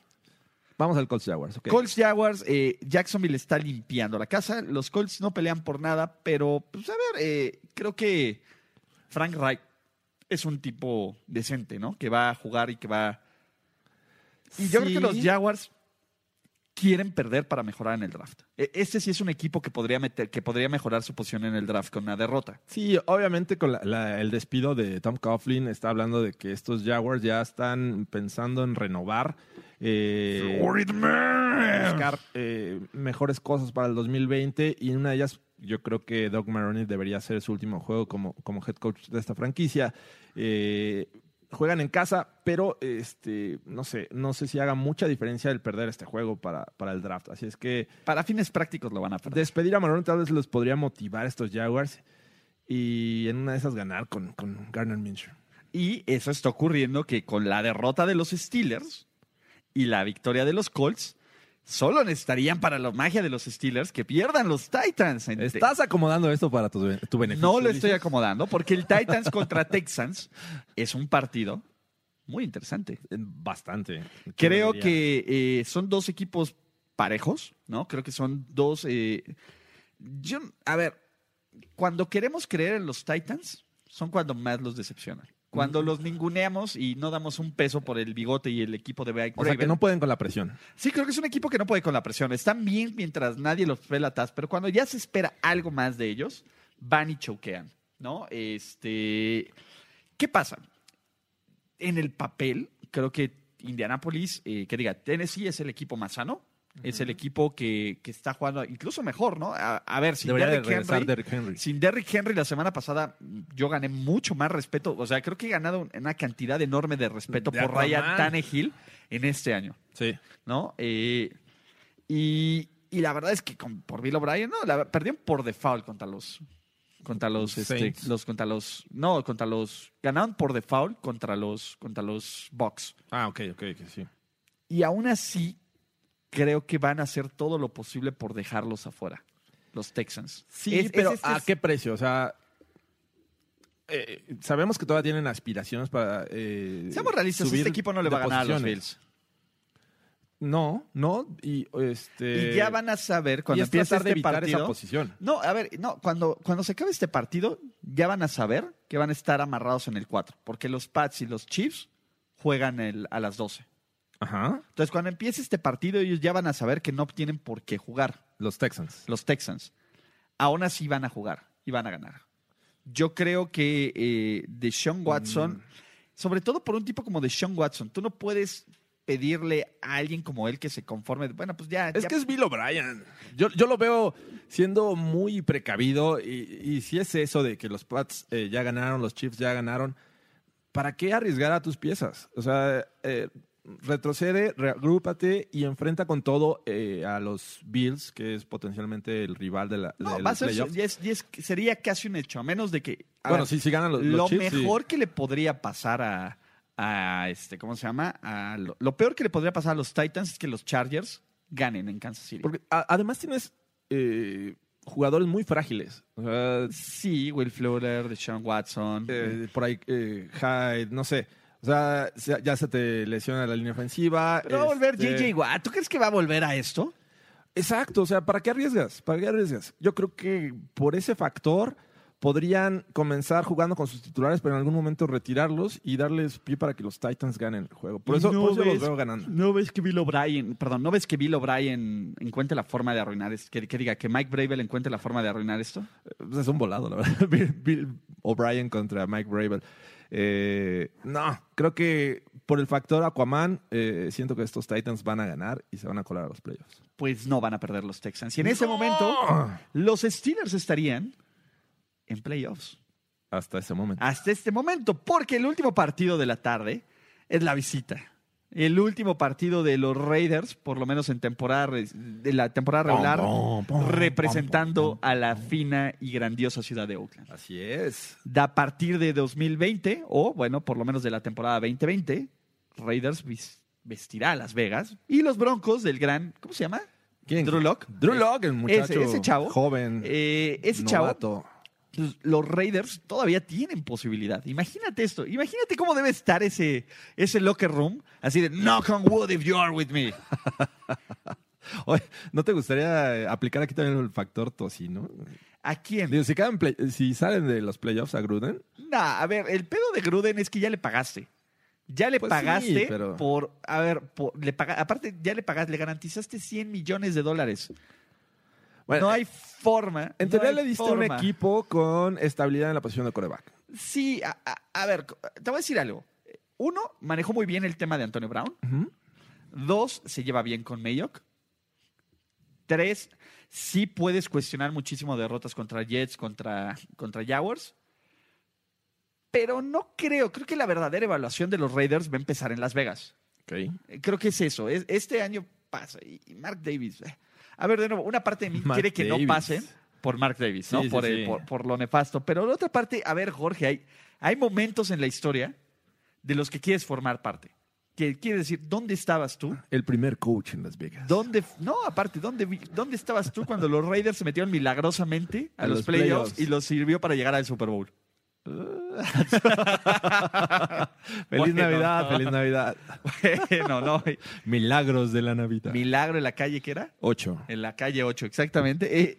Speaker 7: Vamos al Colts Jaguars. ok.
Speaker 6: Colts Jaguars, eh, Jacksonville está limpiando la casa. Los Colts no pelean por nada, pero pues a ver, eh, creo que Frank Reich es un tipo decente, ¿no? Que va a jugar y que va. Y yo creo que los
Speaker 7: Sí.
Speaker 6: Jaguars quieren perder para mejorar en el draft. E- Este sí es un equipo que podría meter, que podría mejorar su posición en el draft con una derrota.
Speaker 7: Sí, obviamente con la- la- el despido de Tom Coughlin está hablando de que estos Jaguars ya están pensando en renovar, eh, buscar eh, mejores cosas para el 2020 y en una de ellas yo creo que Doug Maroni debería ser su último juego como, como head coach de esta franquicia. Eh, juegan en casa, pero este, no sé, no sé si haga mucha diferencia el perder este juego para, para el draft. Así es que
Speaker 6: Para fines prácticos lo van a perder.
Speaker 7: despedir a Marrón tal vez los podría motivar a estos Jaguars y en una de esas ganar con, con Garner Minshew.
Speaker 6: Y eso está ocurriendo que con la derrota de los Steelers y la victoria de los Colts, solo necesitarían para la magia de los Steelers que pierdan los Titans. Ent-
Speaker 7: Estás acomodando esto para tu, tu Este beneficio.
Speaker 6: No lo estoy
Speaker 7: Ulises?
Speaker 6: acomodando porque el Titans contra Texans es un partido muy interesante.
Speaker 7: Bastante.
Speaker 6: Creo
Speaker 7: Yo
Speaker 6: que eh, son dos equipos parejos, ¿no? Creo que son dos... eh, yo- a ver, cuando queremos creer en los Titans, son cuando más los decepcionan.
Speaker 7: Mm.
Speaker 6: Cuando los ninguneamos y no damos un peso por el bigote y el equipo de Mike
Speaker 7: O sea, que
Speaker 6: Bravel.
Speaker 7: no pueden con la presión.
Speaker 6: Sí, creo que es un equipo que no puede con la presión. Están bien mientras nadie los ve la taz, pero cuando ya se espera algo más de ellos, van y choquean, ¿no? Este, ¿Qué pasa? En el papel, creo que Indianapolis, eh, que diga, Tennessee es el equipo más sano, es el equipo que, que está jugando incluso mejor, ¿no? A, a ver, si
Speaker 7: Debería de
Speaker 6: Derrick
Speaker 7: regresar
Speaker 6: Henry-
Speaker 7: Derrick Henry.
Speaker 6: sin Derrick Henry la semana pasada yo gané mucho más respeto. O sea, creo que he ganado una cantidad enorme de respeto
Speaker 7: De
Speaker 6: por
Speaker 7: Aquaman.
Speaker 6: Ryan Tannehill en este año,
Speaker 7: Sí.
Speaker 6: ¿no? Eh, y, y la verdad es que con- por Bill O'Brien, no, la- perdieron por default contra los contra los, este,
Speaker 7: Saints.
Speaker 6: los contra los no contra los ganaron por default contra los contra los Bucks
Speaker 7: Ah, ok, ok, que sí.
Speaker 6: y aún así creo que van a hacer todo lo posible por dejarlos afuera los Texans
Speaker 7: Sí,
Speaker 6: Es- es-
Speaker 7: pero
Speaker 6: este
Speaker 7: ¿a
Speaker 6: es-
Speaker 7: qué precio? O sea, eh, sabemos que todavía tienen aspiraciones para. eh,
Speaker 6: Seamos realistas,
Speaker 7: subir
Speaker 6: este equipo no le va a
Speaker 7: de
Speaker 6: ganar a los
Speaker 7: posiciones.
Speaker 6: Bills.
Speaker 7: No, no, y este.
Speaker 6: y ya van a saber
Speaker 7: y
Speaker 6: cuando
Speaker 7: es
Speaker 6: empiece
Speaker 7: tratar de
Speaker 6: este
Speaker 7: evitar esa
Speaker 6: partido.
Speaker 7: posición.
Speaker 6: No, a ver, no, cuando, cuando se acabe este partido, ya van a saber que van a estar amarrados en el 4, porque los Pats y los Chiefs juegan el- a las 12.
Speaker 7: Ajá.
Speaker 6: Entonces, cuando empiece este partido, ellos ya van a saber que no tienen por qué jugar
Speaker 7: Los Texans.
Speaker 6: los Texans. Aún así van a jugar y van a ganar. Yo creo que eh, Deshaun Watson,
Speaker 7: Mm.
Speaker 6: sobre todo por un tipo como Deshaun Watson, tú no puedes pedirle a alguien como él que se conforme. Bueno, pues ya.
Speaker 7: Es
Speaker 6: ya-
Speaker 7: que es Bill O'Brien. Yo, yo lo veo siendo muy precavido y, y si es eso de que los Pats eh, ya ganaron, los Chiefs ya ganaron, ¿para qué arriesgar a tus piezas? O sea, eh, retrocede, reagrúpate y enfrenta con todo eh, a los Bills, que es potencialmente el rival de la
Speaker 6: No,
Speaker 7: de
Speaker 6: va a
Speaker 7: los
Speaker 6: ser,
Speaker 7: playoffs.
Speaker 6: ya es- ya es- sería casi un hecho, a menos de que. a
Speaker 7: Bueno,
Speaker 6: ver,
Speaker 7: sí, sí ganan los, los
Speaker 6: lo
Speaker 7: Chiefs, sí.
Speaker 6: mejor que le podría pasar a, a este, ¿cómo se llama? A lo, lo peor que le podría pasar a los Titans es que los Chargers ganen en Kansas City.
Speaker 7: Porque a- además tienes eh, jugadores muy frágiles. O sea,
Speaker 6: sí, Will Fuller, Deshaun Watson.
Speaker 7: eh, por ahí eh, Hyde, no sé. O sea, se- ya se te lesiona la línea ofensiva.
Speaker 6: Pero va a volver
Speaker 7: este-
Speaker 6: JJ Watt. ¿Tú crees que va a volver a esto?
Speaker 7: Exacto, o sea, ¿para qué arriesgas? ¿Para qué arriesgas? Yo creo que por ese factor podrían comenzar jugando con sus titulares, pero en algún momento retirarlos y darles pie para que los Titans ganen el juego. Por eso, por eso los veo ganando.
Speaker 6: No ves que Bill O'Brien, perdón, no ves que Bill O'Brien encuentre la forma de arruinar esto. Que, que diga que Mike Bravel encuentre la forma de arruinar esto.
Speaker 7: Pues es un volado, la verdad. Bill, Bill O'Brien contra Mike Bravel. Eh, no, creo que por el factor Aquaman, eh, siento que estos Titans van a ganar y se van a colar a los playoffs.
Speaker 6: Pues no van a perder los Texans. Y en ese momento, los Steelers estarían en playoffs.
Speaker 7: Hasta ese momento.
Speaker 6: Hasta este momento, porque el último partido de la tarde es la visita. El último partido de los Raiders, por lo menos en temporada re- de la temporada regular,
Speaker 7: pom, pom,
Speaker 6: representando a la fina y grandiosa ciudad de Oakland.
Speaker 7: Así es.
Speaker 6: Da a partir de 2020, o bueno, por lo menos de la temporada 2020, Raiders vis- vestirá a Las Vegas y los Broncos del gran, ¿cómo se llama?
Speaker 7: ¿Quién?
Speaker 6: Drew Lock.
Speaker 7: Drew Lock, el muchacho
Speaker 6: Ese, ese chavo.
Speaker 7: joven,
Speaker 6: Eh, ese chavo.
Speaker 7: Mm. novato.
Speaker 6: pues, Los Raiders todavía tienen posibilidad. Imagínate esto. Imagínate cómo debe estar ese, ese locker room. Así de knock on wood if you are with me.
Speaker 7: Oye, ¿no te gustaría eh, aplicar aquí también el factor tocino?
Speaker 6: ¿A quién?
Speaker 7: Digo, si, quedan play- si salen de los playoffs a Gruden,
Speaker 6: Nah, a ver, el pedo de Gruden es que ya le pagaste. Ya le
Speaker 7: Pues sí,
Speaker 6: pagaste
Speaker 7: pero-
Speaker 6: por, a ver, por- le paga- aparte ya le pagaste, le garantizaste 100 millones de dólares.
Speaker 7: bueno, eh,
Speaker 6: no hay forma.
Speaker 7: en
Speaker 6: eh, no
Speaker 7: teoría
Speaker 6: hay
Speaker 7: le diste un
Speaker 6: forma.
Speaker 7: equipo con estabilidad en la posición de coreback.
Speaker 6: Sí, a, a- a ver, te voy a decir algo. Uno, manejó muy bien el tema de Antonio Brown. Dos, se lleva bien con Mayock. Tres, sí puedes cuestionar muchísimo derrotas contra Jets, contra, contra Jaguars. Pero no creo, creo que la verdadera evaluación de los Raiders va a empezar en Las Vegas.
Speaker 7: Okay.
Speaker 6: Eh, Creo que es eso. es- este año pasa. Y, y Mark Davis. eh. A ver, de nuevo, una parte de mí
Speaker 7: Mark
Speaker 6: quiere que
Speaker 7: Davis.
Speaker 6: no pasen por Mark Davis, ¿no?
Speaker 7: Sí, sí,
Speaker 6: por, el-
Speaker 7: sí.
Speaker 6: por- por lo nefasto. Pero la otra parte, a ver, Jorge, hay, hay momentos en la historia de los que quieres formar parte. Que quiere decir, ¿dónde estabas tú?
Speaker 7: El primer coach en Las Vegas.
Speaker 6: ¿Dónde, no, aparte, ¿dónde, vi- ¿dónde estabas tú cuando los Raiders se metieron milagrosamente a, los, playoffs, y los sirvió para llegar al Super Bowl?
Speaker 7: Feliz
Speaker 6: Bueno.
Speaker 7: Navidad, feliz Navidad.
Speaker 6: no, no.
Speaker 7: Milagros de la Navidad.
Speaker 6: Milagro en la calle, ¿qué era?
Speaker 7: Ocho.
Speaker 6: En la calle 8, exactamente. Eh,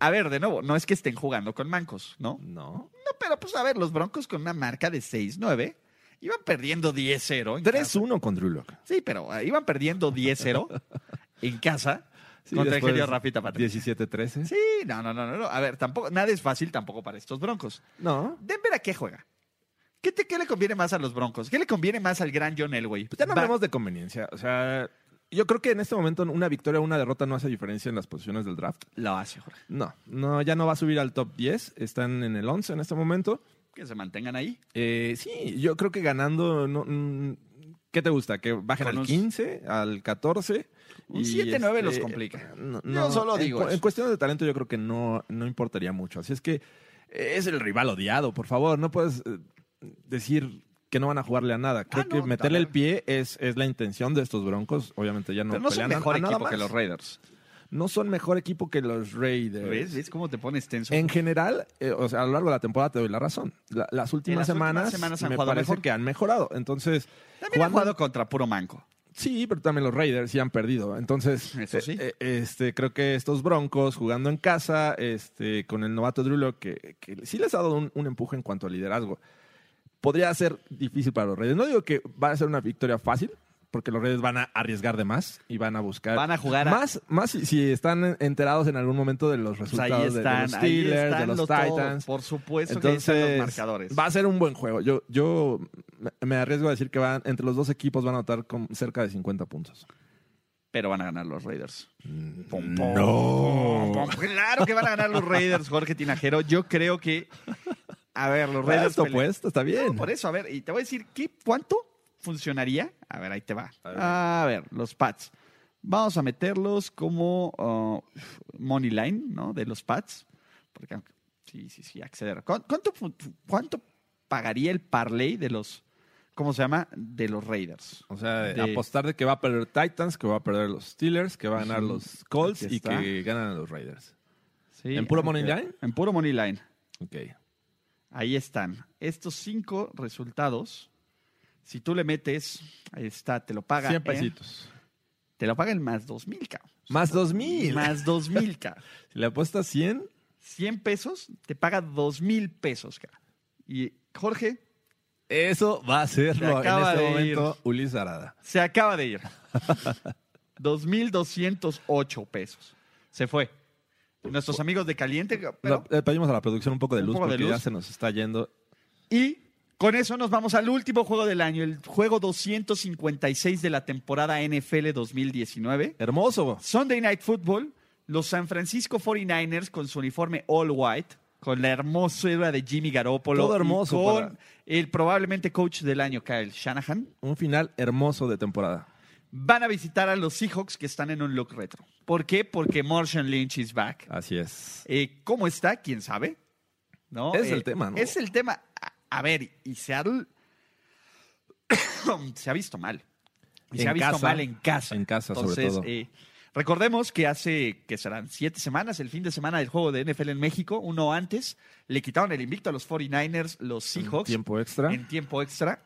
Speaker 6: a ver, de nuevo, no es que estén jugando con mancos, ¿no?
Speaker 7: No.
Speaker 6: No, pero pues a ver, los Broncos con una marca de 6-9 iban perdiendo 10-0. en casa.
Speaker 7: 3-1 con Drew Lock.
Speaker 6: Sí, pero eh, iban perdiendo 10-0 en casa contra el genio Rafita Patrick.
Speaker 7: 17-13.
Speaker 6: Sí, no, no, no, no, no. A ver, tampoco, nada es fácil tampoco para estos Broncos.
Speaker 7: No.
Speaker 6: Denver a qué juega. ¿Qué, te- qué le conviene más a los Broncos? ¿Qué le conviene más al gran John Elway?
Speaker 7: Pues ya no
Speaker 6: Va-
Speaker 7: hablemos de conveniencia. O sea, yo creo que en este momento una victoria o una derrota no hace diferencia en las posiciones del draft.
Speaker 6: Lo hace, Jorge.
Speaker 7: No, no, ya no va a subir al top 10. Están en el 11 en este momento.
Speaker 6: Que se mantengan ahí.
Speaker 7: Eh, sí, yo creo que ganando. No, mm, ¿Qué te gusta? ¿Que bajen
Speaker 6: Con
Speaker 7: al
Speaker 6: un-
Speaker 7: 15, al 14?
Speaker 6: Un
Speaker 7: Y, este,
Speaker 6: 7-9 los complica.
Speaker 7: no,
Speaker 6: Yo
Speaker 7: no,
Speaker 6: solo
Speaker 7: en
Speaker 6: digo
Speaker 7: cu- En,
Speaker 6: eso.
Speaker 7: cuestiones de talento, yo creo que no, no importaría mucho. Así es que eh, es el rival odiado, por favor. No puedes eh, decir que no van a jugarle a nada. Creo
Speaker 6: Ah,
Speaker 7: que
Speaker 6: no,
Speaker 7: meterle el
Speaker 6: también.
Speaker 7: pie es, es la intención de estos broncos. Obviamente ya no,
Speaker 6: pero no son
Speaker 7: pelean a-
Speaker 6: mejor
Speaker 7: a nada
Speaker 6: equipo que
Speaker 7: más.
Speaker 6: los Raiders.
Speaker 7: No son mejor equipo que los Raiders.
Speaker 6: ¿Ves? ¿Ves cómo te pones tenso?
Speaker 7: En general, eh, o sea, a lo largo de la temporada te doy la razón. La- las últimas
Speaker 6: últimas
Speaker 7: semanas,
Speaker 6: semanas han
Speaker 7: me
Speaker 6: jugado
Speaker 7: parece
Speaker 6: mejor.
Speaker 7: que han mejorado. Entonces,
Speaker 6: También ha jugado contra puro manco.
Speaker 7: Sí, pero también los Raiders sí han perdido. Entonces,
Speaker 6: Eso sí.
Speaker 7: eh, eh, este, creo que estos Broncos jugando en casa, este, con el novato Drew Lock, que, que sí les ha dado un, un empuje en cuanto a liderazgo. Podría ser difícil para los Raiders. No digo que va a ser una victoria fácil, porque los Raiders van a arriesgar de más y van a buscar.
Speaker 6: Van a jugar a-
Speaker 7: más, más si, si están enterados en algún momento de los
Speaker 6: Pues
Speaker 7: resultados
Speaker 6: ahí
Speaker 7: de- de,
Speaker 6: están,
Speaker 7: los
Speaker 6: ahí
Speaker 7: Steelers,
Speaker 6: están
Speaker 7: de los
Speaker 6: todos.
Speaker 7: Titans.
Speaker 6: Por supuesto que ahí están
Speaker 7: Entonces,
Speaker 6: los marcadores.
Speaker 7: va a ser un buen juego. Yo, yo me- me arriesgo a decir que van, entre los dos equipos van a anotar con cerca de 50 puntos.
Speaker 6: Pero van a ganar los Raiders.
Speaker 7: Mm,
Speaker 6: Pum, pum, pum, pum. Claro que van a ganar los Raiders, Jorge Tinajero. Yo creo que. A ver, los Raiders.
Speaker 7: Resto
Speaker 6: pele-
Speaker 7: puesto, pues, está bien.
Speaker 6: No, por eso, a ver, y te voy a decir, ¿qué, ¿cuánto funcionaría? A ver, ahí te va. A ver, los Pats. Vamos a meterlos como oh, money line, ¿no? De los Pats. Porque, aunque- sí, sí, sí, acceder. ¿Cu- ¿Cuánto, fu- cuánto pagaría el parlay de los, ¿cómo se llama? De los Raiders.
Speaker 7: O sea, de
Speaker 6: De-
Speaker 7: apostar de que va a perder Titans, que va a perder los Steelers, que va a ganar los Colts
Speaker 6: Aquí
Speaker 7: y
Speaker 6: está.
Speaker 7: que ganan los Raiders.
Speaker 6: Sí,
Speaker 7: ¿En puro money
Speaker 6: aunque-
Speaker 7: line?
Speaker 6: En puro money line.
Speaker 7: Ok.
Speaker 6: Ahí están. Estos cinco resultados, si tú le metes, ahí está, te lo paga.
Speaker 7: 100
Speaker 6: ¿eh?
Speaker 7: pesitos.
Speaker 6: Te lo paga el más 2000, cabrón.
Speaker 7: Más 2000.
Speaker 6: Más 2000, cabrón.
Speaker 7: Si le apuestas 100,
Speaker 6: 100 pesos, te paga 2000 pesos, cabrón. Y Jorge
Speaker 7: eso va a ser
Speaker 6: Se
Speaker 7: lo- en
Speaker 6: acaba
Speaker 7: este
Speaker 6: de
Speaker 7: momento Ulises Arada.
Speaker 6: se acaba de ir. 2208 pesos. Se fue. Nuestros amigos de Caliente, pero-
Speaker 7: Le- le pedimos a la producción un poco de
Speaker 6: Un
Speaker 7: luz
Speaker 6: poco de
Speaker 7: porque ya
Speaker 6: luz.
Speaker 7: se nos está yendo.
Speaker 6: Y con eso nos vamos al último juego del año, el juego 256 de la temporada NFL 2019.
Speaker 7: Hermoso.
Speaker 6: Sunday Night Football, los San Francisco 49ers con su uniforme all white, con la hermosura de Jimmy Garoppolo.
Speaker 7: Todo
Speaker 6: y
Speaker 7: hermoso
Speaker 6: con
Speaker 7: para-
Speaker 6: el probablemente coach del año, Kyle Shanahan.
Speaker 7: Un final hermoso de temporada.
Speaker 6: Van a visitar a los Seahawks que están en un look retro. ¿Por qué? Porque Martian Lynch is back.
Speaker 7: Así es.
Speaker 6: Eh, ¿Cómo está? ¿Quién sabe? ¿No?
Speaker 7: Es
Speaker 6: Eh,
Speaker 7: el tema, ¿no?
Speaker 6: Es el tema. A, a ver, y Seattle se ha visto mal. Y se
Speaker 7: En
Speaker 6: ha visto
Speaker 7: casa.
Speaker 6: mal en casa.
Speaker 7: En casa, sobre
Speaker 6: Entonces,
Speaker 7: todo.
Speaker 6: eh, recordemos que hace, que serán siete semanas, el fin de semana del juego de NFL en México, uno antes, le quitaron el invicto a los 49ers, los Seahawks.
Speaker 7: Tiempo extra.
Speaker 6: En tiempo extra.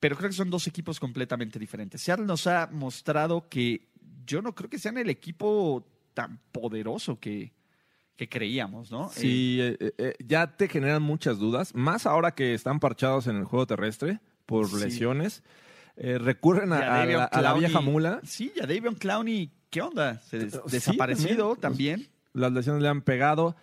Speaker 6: Pero creo que son dos equipos completamente diferentes. Seattle nos ha mostrado que yo no creo que sean el equipo tan poderoso que, que creíamos, ¿no? Eh,
Speaker 7: Sí, eh, eh, eh, ya te generan muchas dudas, más ahora que están parchados en el juego terrestre por
Speaker 6: Sí.
Speaker 7: lesiones. Eh, recurren
Speaker 6: y a
Speaker 7: a, a
Speaker 6: Davion
Speaker 7: la, a la
Speaker 6: Clowney-
Speaker 7: vieja mula.
Speaker 6: Sí, y a Davion Clowney, ¿qué onda? Se des-
Speaker 7: Sí,
Speaker 6: desaparecido también.
Speaker 7: Las lesiones le han pegado.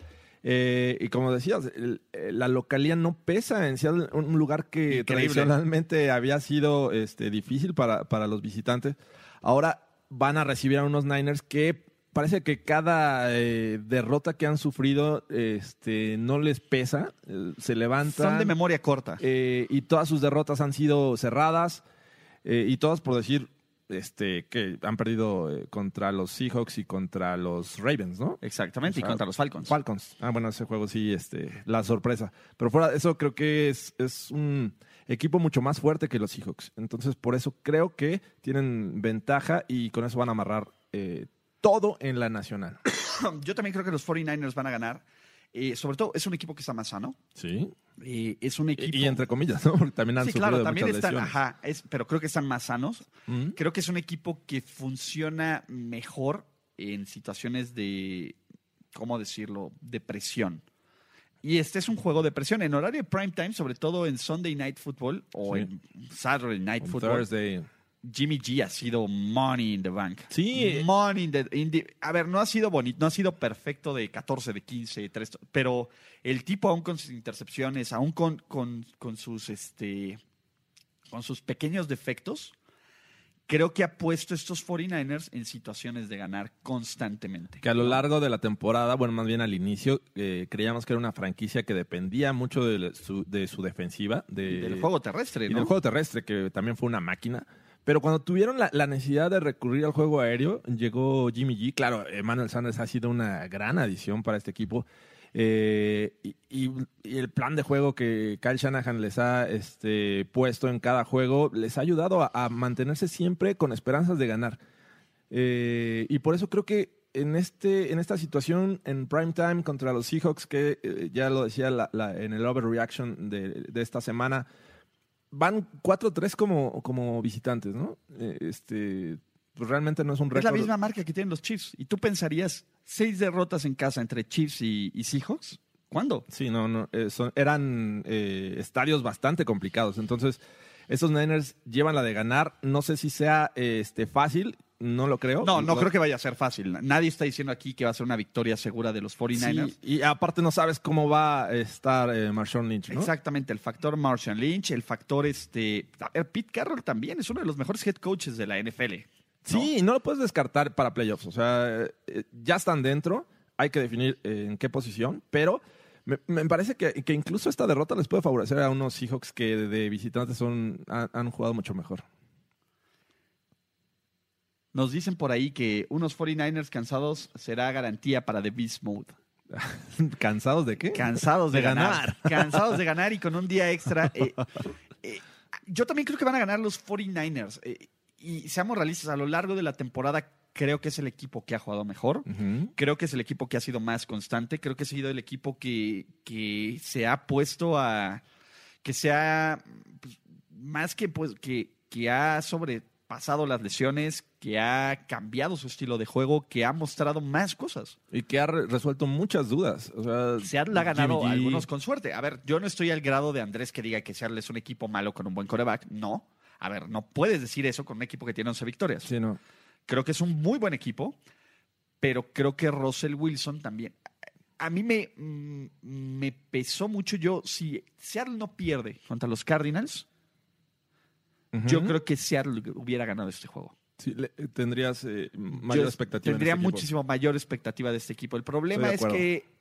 Speaker 7: Eh, y como decías, el- eh, la localía no pesa en Seattle, un un lugar que
Speaker 6: Increíble.
Speaker 7: tradicionalmente había sido este, difícil para, para los visitantes. Ahora van a recibir a unos Niners que parece que cada eh, derrota que han sufrido este, no les pesa, eh, se levantan.
Speaker 6: Son de memoria corta.
Speaker 7: Eh, y todas sus derrotas han sido cerradas eh, y todas por decir este que han perdido eh, contra los Seahawks y contra los Ravens, ¿no?
Speaker 6: Exactamente,
Speaker 7: O sea,
Speaker 6: y contra los Falcons.
Speaker 7: Falcons. Ah, bueno, ese juego sí, este, la sorpresa. Pero fuera de eso, creo que es, es un equipo mucho más fuerte que los Seahawks. Entonces, por eso creo que tienen ventaja y con eso van a amarrar eh, todo en la nacional.
Speaker 6: Yo también creo que los 49ers van a ganar. Eh, sobre todo, es un equipo que está más sano.
Speaker 7: Sí.
Speaker 6: Eh, es un equipo...
Speaker 7: Y, y entre comillas, ¿no? Porque también han
Speaker 6: sí,
Speaker 7: sufrido
Speaker 6: claro,
Speaker 7: de
Speaker 6: también
Speaker 7: muchas
Speaker 6: están,
Speaker 7: lesiones.
Speaker 6: ajá, es- pero creo que están más sanos.
Speaker 7: Mm.
Speaker 6: Creo que es un equipo que funciona mejor en situaciones de, ¿cómo decirlo?, de presión. Y este es un juego de presión en horario de prime time, sobre todo en Sunday Night Football o
Speaker 7: Sí.
Speaker 6: en Saturday Night
Speaker 7: On
Speaker 6: Football.
Speaker 7: Thursday.
Speaker 6: Jimmy G ha sido money in the bank.
Speaker 7: Sí. eh.
Speaker 6: Money in the, in the- A ver, no ha sido bonito, no ha sido perfecto de 14, de 15, de 3, pero el tipo aún con sus intercepciones, aún con, con, con sus este con sus pequeños defectos, creo que ha puesto estos 49ers en situaciones de ganar constantemente.
Speaker 7: Que a lo largo de la temporada, bueno, más bien al inicio, eh, creíamos que era una franquicia que dependía mucho de la- su, de su defensiva. De,
Speaker 6: Y del juego terrestre,
Speaker 7: eh, y
Speaker 6: ¿no?
Speaker 7: del juego terrestre, que también fue una máquina. Pero cuando tuvieron la, la necesidad de recurrir al juego aéreo, llegó Jimmy G. Claro, Emmanuel Sanders ha sido una gran adición para este equipo. Eh, y, y- y el plan de juego que Kyle Shanahan les ha este, puesto en cada juego les ha ayudado a- a mantenerse siempre con esperanzas de ganar. Eh, y por eso creo que en, este, en esta situación, en prime time contra los Seahawks, que eh, ya lo decía la- la- en el overreaction de, de esta semana, van 4-3 como, como visitantes, ¿no? eh, este, pues realmente no es un
Speaker 6: Es la
Speaker 7: récord.
Speaker 6: misma marca que tienen los Chiefs. Y tú pensarías, seis derrotas en casa entre Chiefs y, y Seahawks. ¿Cuándo?
Speaker 7: Sí, no, no. eh, son- eran eh, estadios bastante complicados. Entonces, esos Niners llevan la de ganar. No sé si sea eh, este, fácil, no lo creo.
Speaker 6: No, no
Speaker 7: Lo-
Speaker 6: creo que vaya a ser fácil. Nadie está diciendo aquí que va a ser una victoria segura de los 49ers.
Speaker 7: Sí, y aparte no sabes cómo va a estar eh, Marshawn Lynch, ¿no?
Speaker 6: Exactamente, el factor Marshall Lynch, el factor este. A ver, Pete Carroll también es uno de los mejores head coaches de la NFL. ¿no?
Speaker 7: Sí, no lo puedes descartar para playoffs. O sea, eh, ya están dentro. Hay que definir eh, en qué posición. Pero me, me parece que, que incluso esta derrota les puede favorecer a unos Seahawks que de, de visitantes son, han, han jugado mucho mejor.
Speaker 6: Nos dicen por ahí que unos 49ers cansados será garantía para The Beast Mode.
Speaker 7: ¿Cansados de qué?
Speaker 6: Cansados de,
Speaker 7: De
Speaker 6: ganar. Cansados de ganar y con un día extra. eh, eh, yo también creo que van a ganar los 49ers. eh, y seamos realistas, a lo largo de la temporada creo que es el equipo que ha jugado mejor.
Speaker 7: Ujú.
Speaker 6: Creo que es el equipo que ha sido más constante. Creo que ha sido el equipo que, que se ha puesto a. que se ha. pues, más que pues. que, que ha sobrepasado las lesiones, que ha cambiado su estilo de juego, que ha mostrado más cosas.
Speaker 7: Y que ha re- resuelto muchas dudas. O sea,
Speaker 6: Se han la ha ganado
Speaker 7: Jimmy G.
Speaker 6: algunos con suerte. A ver, yo no estoy al grado de Andrés que diga que Seattle es un equipo malo con un buen coreback. No. A ver, no puedes decir eso con un equipo que tiene 11 victorias.
Speaker 7: Sí, no.
Speaker 6: Creo que es un muy buen equipo, pero creo que Russell Wilson también. A mí me, mm, me pesó mucho yo. Si Seattle no pierde contra los Cardinals, yo
Speaker 7: Ujú.
Speaker 6: creo que Seattle hubiera ganado este juego.
Speaker 7: Sí, le- tendrías eh, mayor
Speaker 6: Yo
Speaker 7: expectativa. en
Speaker 6: Tendría
Speaker 7: este equipo.
Speaker 6: muchísimo mayor expectativa de este equipo. El problema es
Speaker 7: Estoy de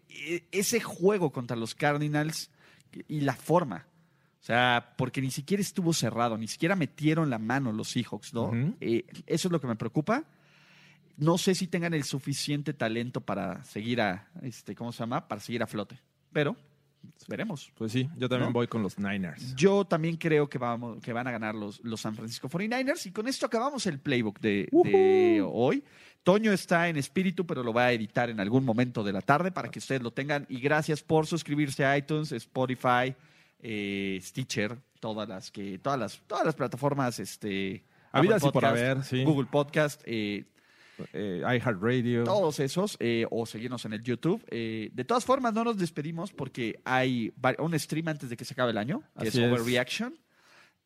Speaker 6: que eh, ese juego contra los Cardinals y la forma. O sea, porque ni siquiera estuvo cerrado, ni siquiera metieron la mano los Seahawks, ¿no?
Speaker 7: Ujú.
Speaker 6: Eh, eso es lo que me preocupa. No sé si tengan el suficiente talento para seguir a, este, ¿cómo se llama? Para seguir a flote. Pero veremos.
Speaker 7: Pues sí, yo también
Speaker 6: ¿No?
Speaker 7: voy con los Niners.
Speaker 6: Yo también creo que, vamos, que van a ganar los, los San Francisco 49ers. Y con esto acabamos el playbook de, de hoy. Toño está en espíritu, pero lo va a editar en algún momento de la tarde para que ustedes lo tengan. Y gracias por suscribirse a iTunes, Spotify, eh, Stitcher, todas las que, todas las, todas las plataformas, este.
Speaker 7: Habidas
Speaker 6: Apple
Speaker 7: y por
Speaker 6: Podcast,
Speaker 7: haber, sí.
Speaker 6: Google Podcast, eh,
Speaker 7: Eh, iHeartRadio.
Speaker 6: todos esos, eh, o seguirnos en el YouTube. Eh, de todas formas, no nos despedimos porque hay va- un stream antes de que se acabe el año, que
Speaker 7: Así
Speaker 6: es
Speaker 7: es.
Speaker 6: Overreaction.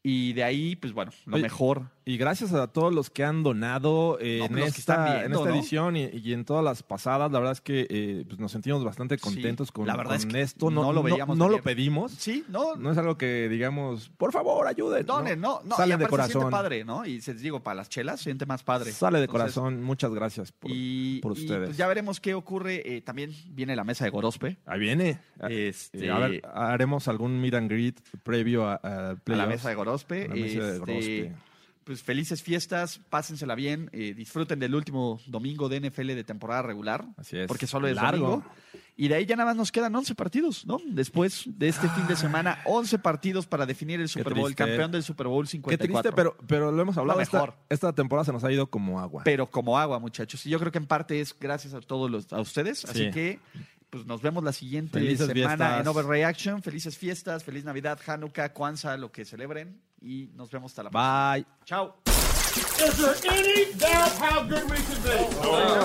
Speaker 6: Y de ahí, pues bueno, lo
Speaker 7: Oye,
Speaker 6: mejor.
Speaker 7: Y gracias a todos los que han donado eh,
Speaker 6: No,
Speaker 7: en,
Speaker 6: pero los que
Speaker 7: esta,
Speaker 6: están viendo,
Speaker 7: en esta
Speaker 6: ¿no?
Speaker 7: edición y, y en todas las pasadas. La verdad es que eh, pues nos sentimos bastante contentos
Speaker 6: Sí,
Speaker 7: con,
Speaker 6: la verdad
Speaker 7: con
Speaker 6: es que
Speaker 7: esto. No,
Speaker 6: no lo veíamos
Speaker 7: No, lo
Speaker 6: venir.
Speaker 7: pedimos.
Speaker 6: Sí, no,
Speaker 7: No es algo que digamos, por favor, ayuden.
Speaker 6: donen, no, no.
Speaker 7: Salen
Speaker 6: y
Speaker 7: de
Speaker 6: aparte se
Speaker 7: corazón.
Speaker 6: siente padre, ¿no? Y se digo, para las chelas se siente más padre.
Speaker 7: Sale de
Speaker 6: Entonces,
Speaker 7: corazón. Muchas gracias por,
Speaker 6: y,
Speaker 7: por
Speaker 6: y,
Speaker 7: ustedes.
Speaker 6: pues, ya veremos qué ocurre. Eh, también viene la mesa de Gorospe.
Speaker 7: Ahí viene. A-
Speaker 6: Este-
Speaker 7: eh, a ver, haremos algún meet and greet previo a, a
Speaker 6: A la
Speaker 7: playoffs.
Speaker 6: mesa de Gorospe.
Speaker 7: A la mesa de
Speaker 6: Este,
Speaker 7: Gorospe.
Speaker 6: Pues felices fiestas, pásensela bien, eh, disfruten del último domingo de NFL de temporada regular.
Speaker 7: Así es.
Speaker 6: Porque solo es
Speaker 7: Largo.
Speaker 6: largo. Y de ahí ya nada más nos quedan 11 partidos, ¿no? Después de este fin de semana, 11 partidos para definir el Super Bowl,
Speaker 7: triste.
Speaker 6: campeón del Super Bowl
Speaker 7: Qué
Speaker 6: 54.
Speaker 7: triste, pero, pero lo hemos hablado. esta-
Speaker 6: mejor.
Speaker 7: Esta, temporada se nos ha ido como agua.
Speaker 6: Pero como agua, muchachos. Y yo creo que en parte es gracias a todos los, a ustedes. Así
Speaker 7: Sí.
Speaker 6: que pues nos vemos la siguiente
Speaker 7: Felices
Speaker 6: semana
Speaker 7: fiestas.
Speaker 6: en Overreaction. Felices fiestas, feliz Navidad, Hanukkah, Kwanzaa, lo que celebren. Y nos vemos hasta la próxima.
Speaker 7: Bye.
Speaker 6: Chao.
Speaker 3: Is there any doubt how good we can be?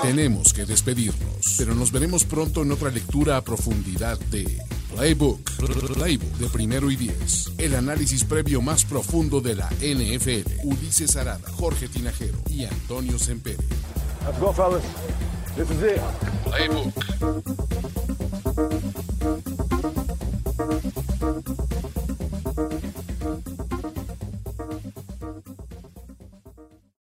Speaker 2: Tenemos que despedirnos, pero nos veremos pronto en otra lectura a profundidad de Playbook. Playbook de primero y diez. El análisis previo más profundo de la NFL. Ulises Arada, Jorge Tinajero y Antonio Sempere.
Speaker 4: Let's go, fellas. This is it.
Speaker 2: Playbook.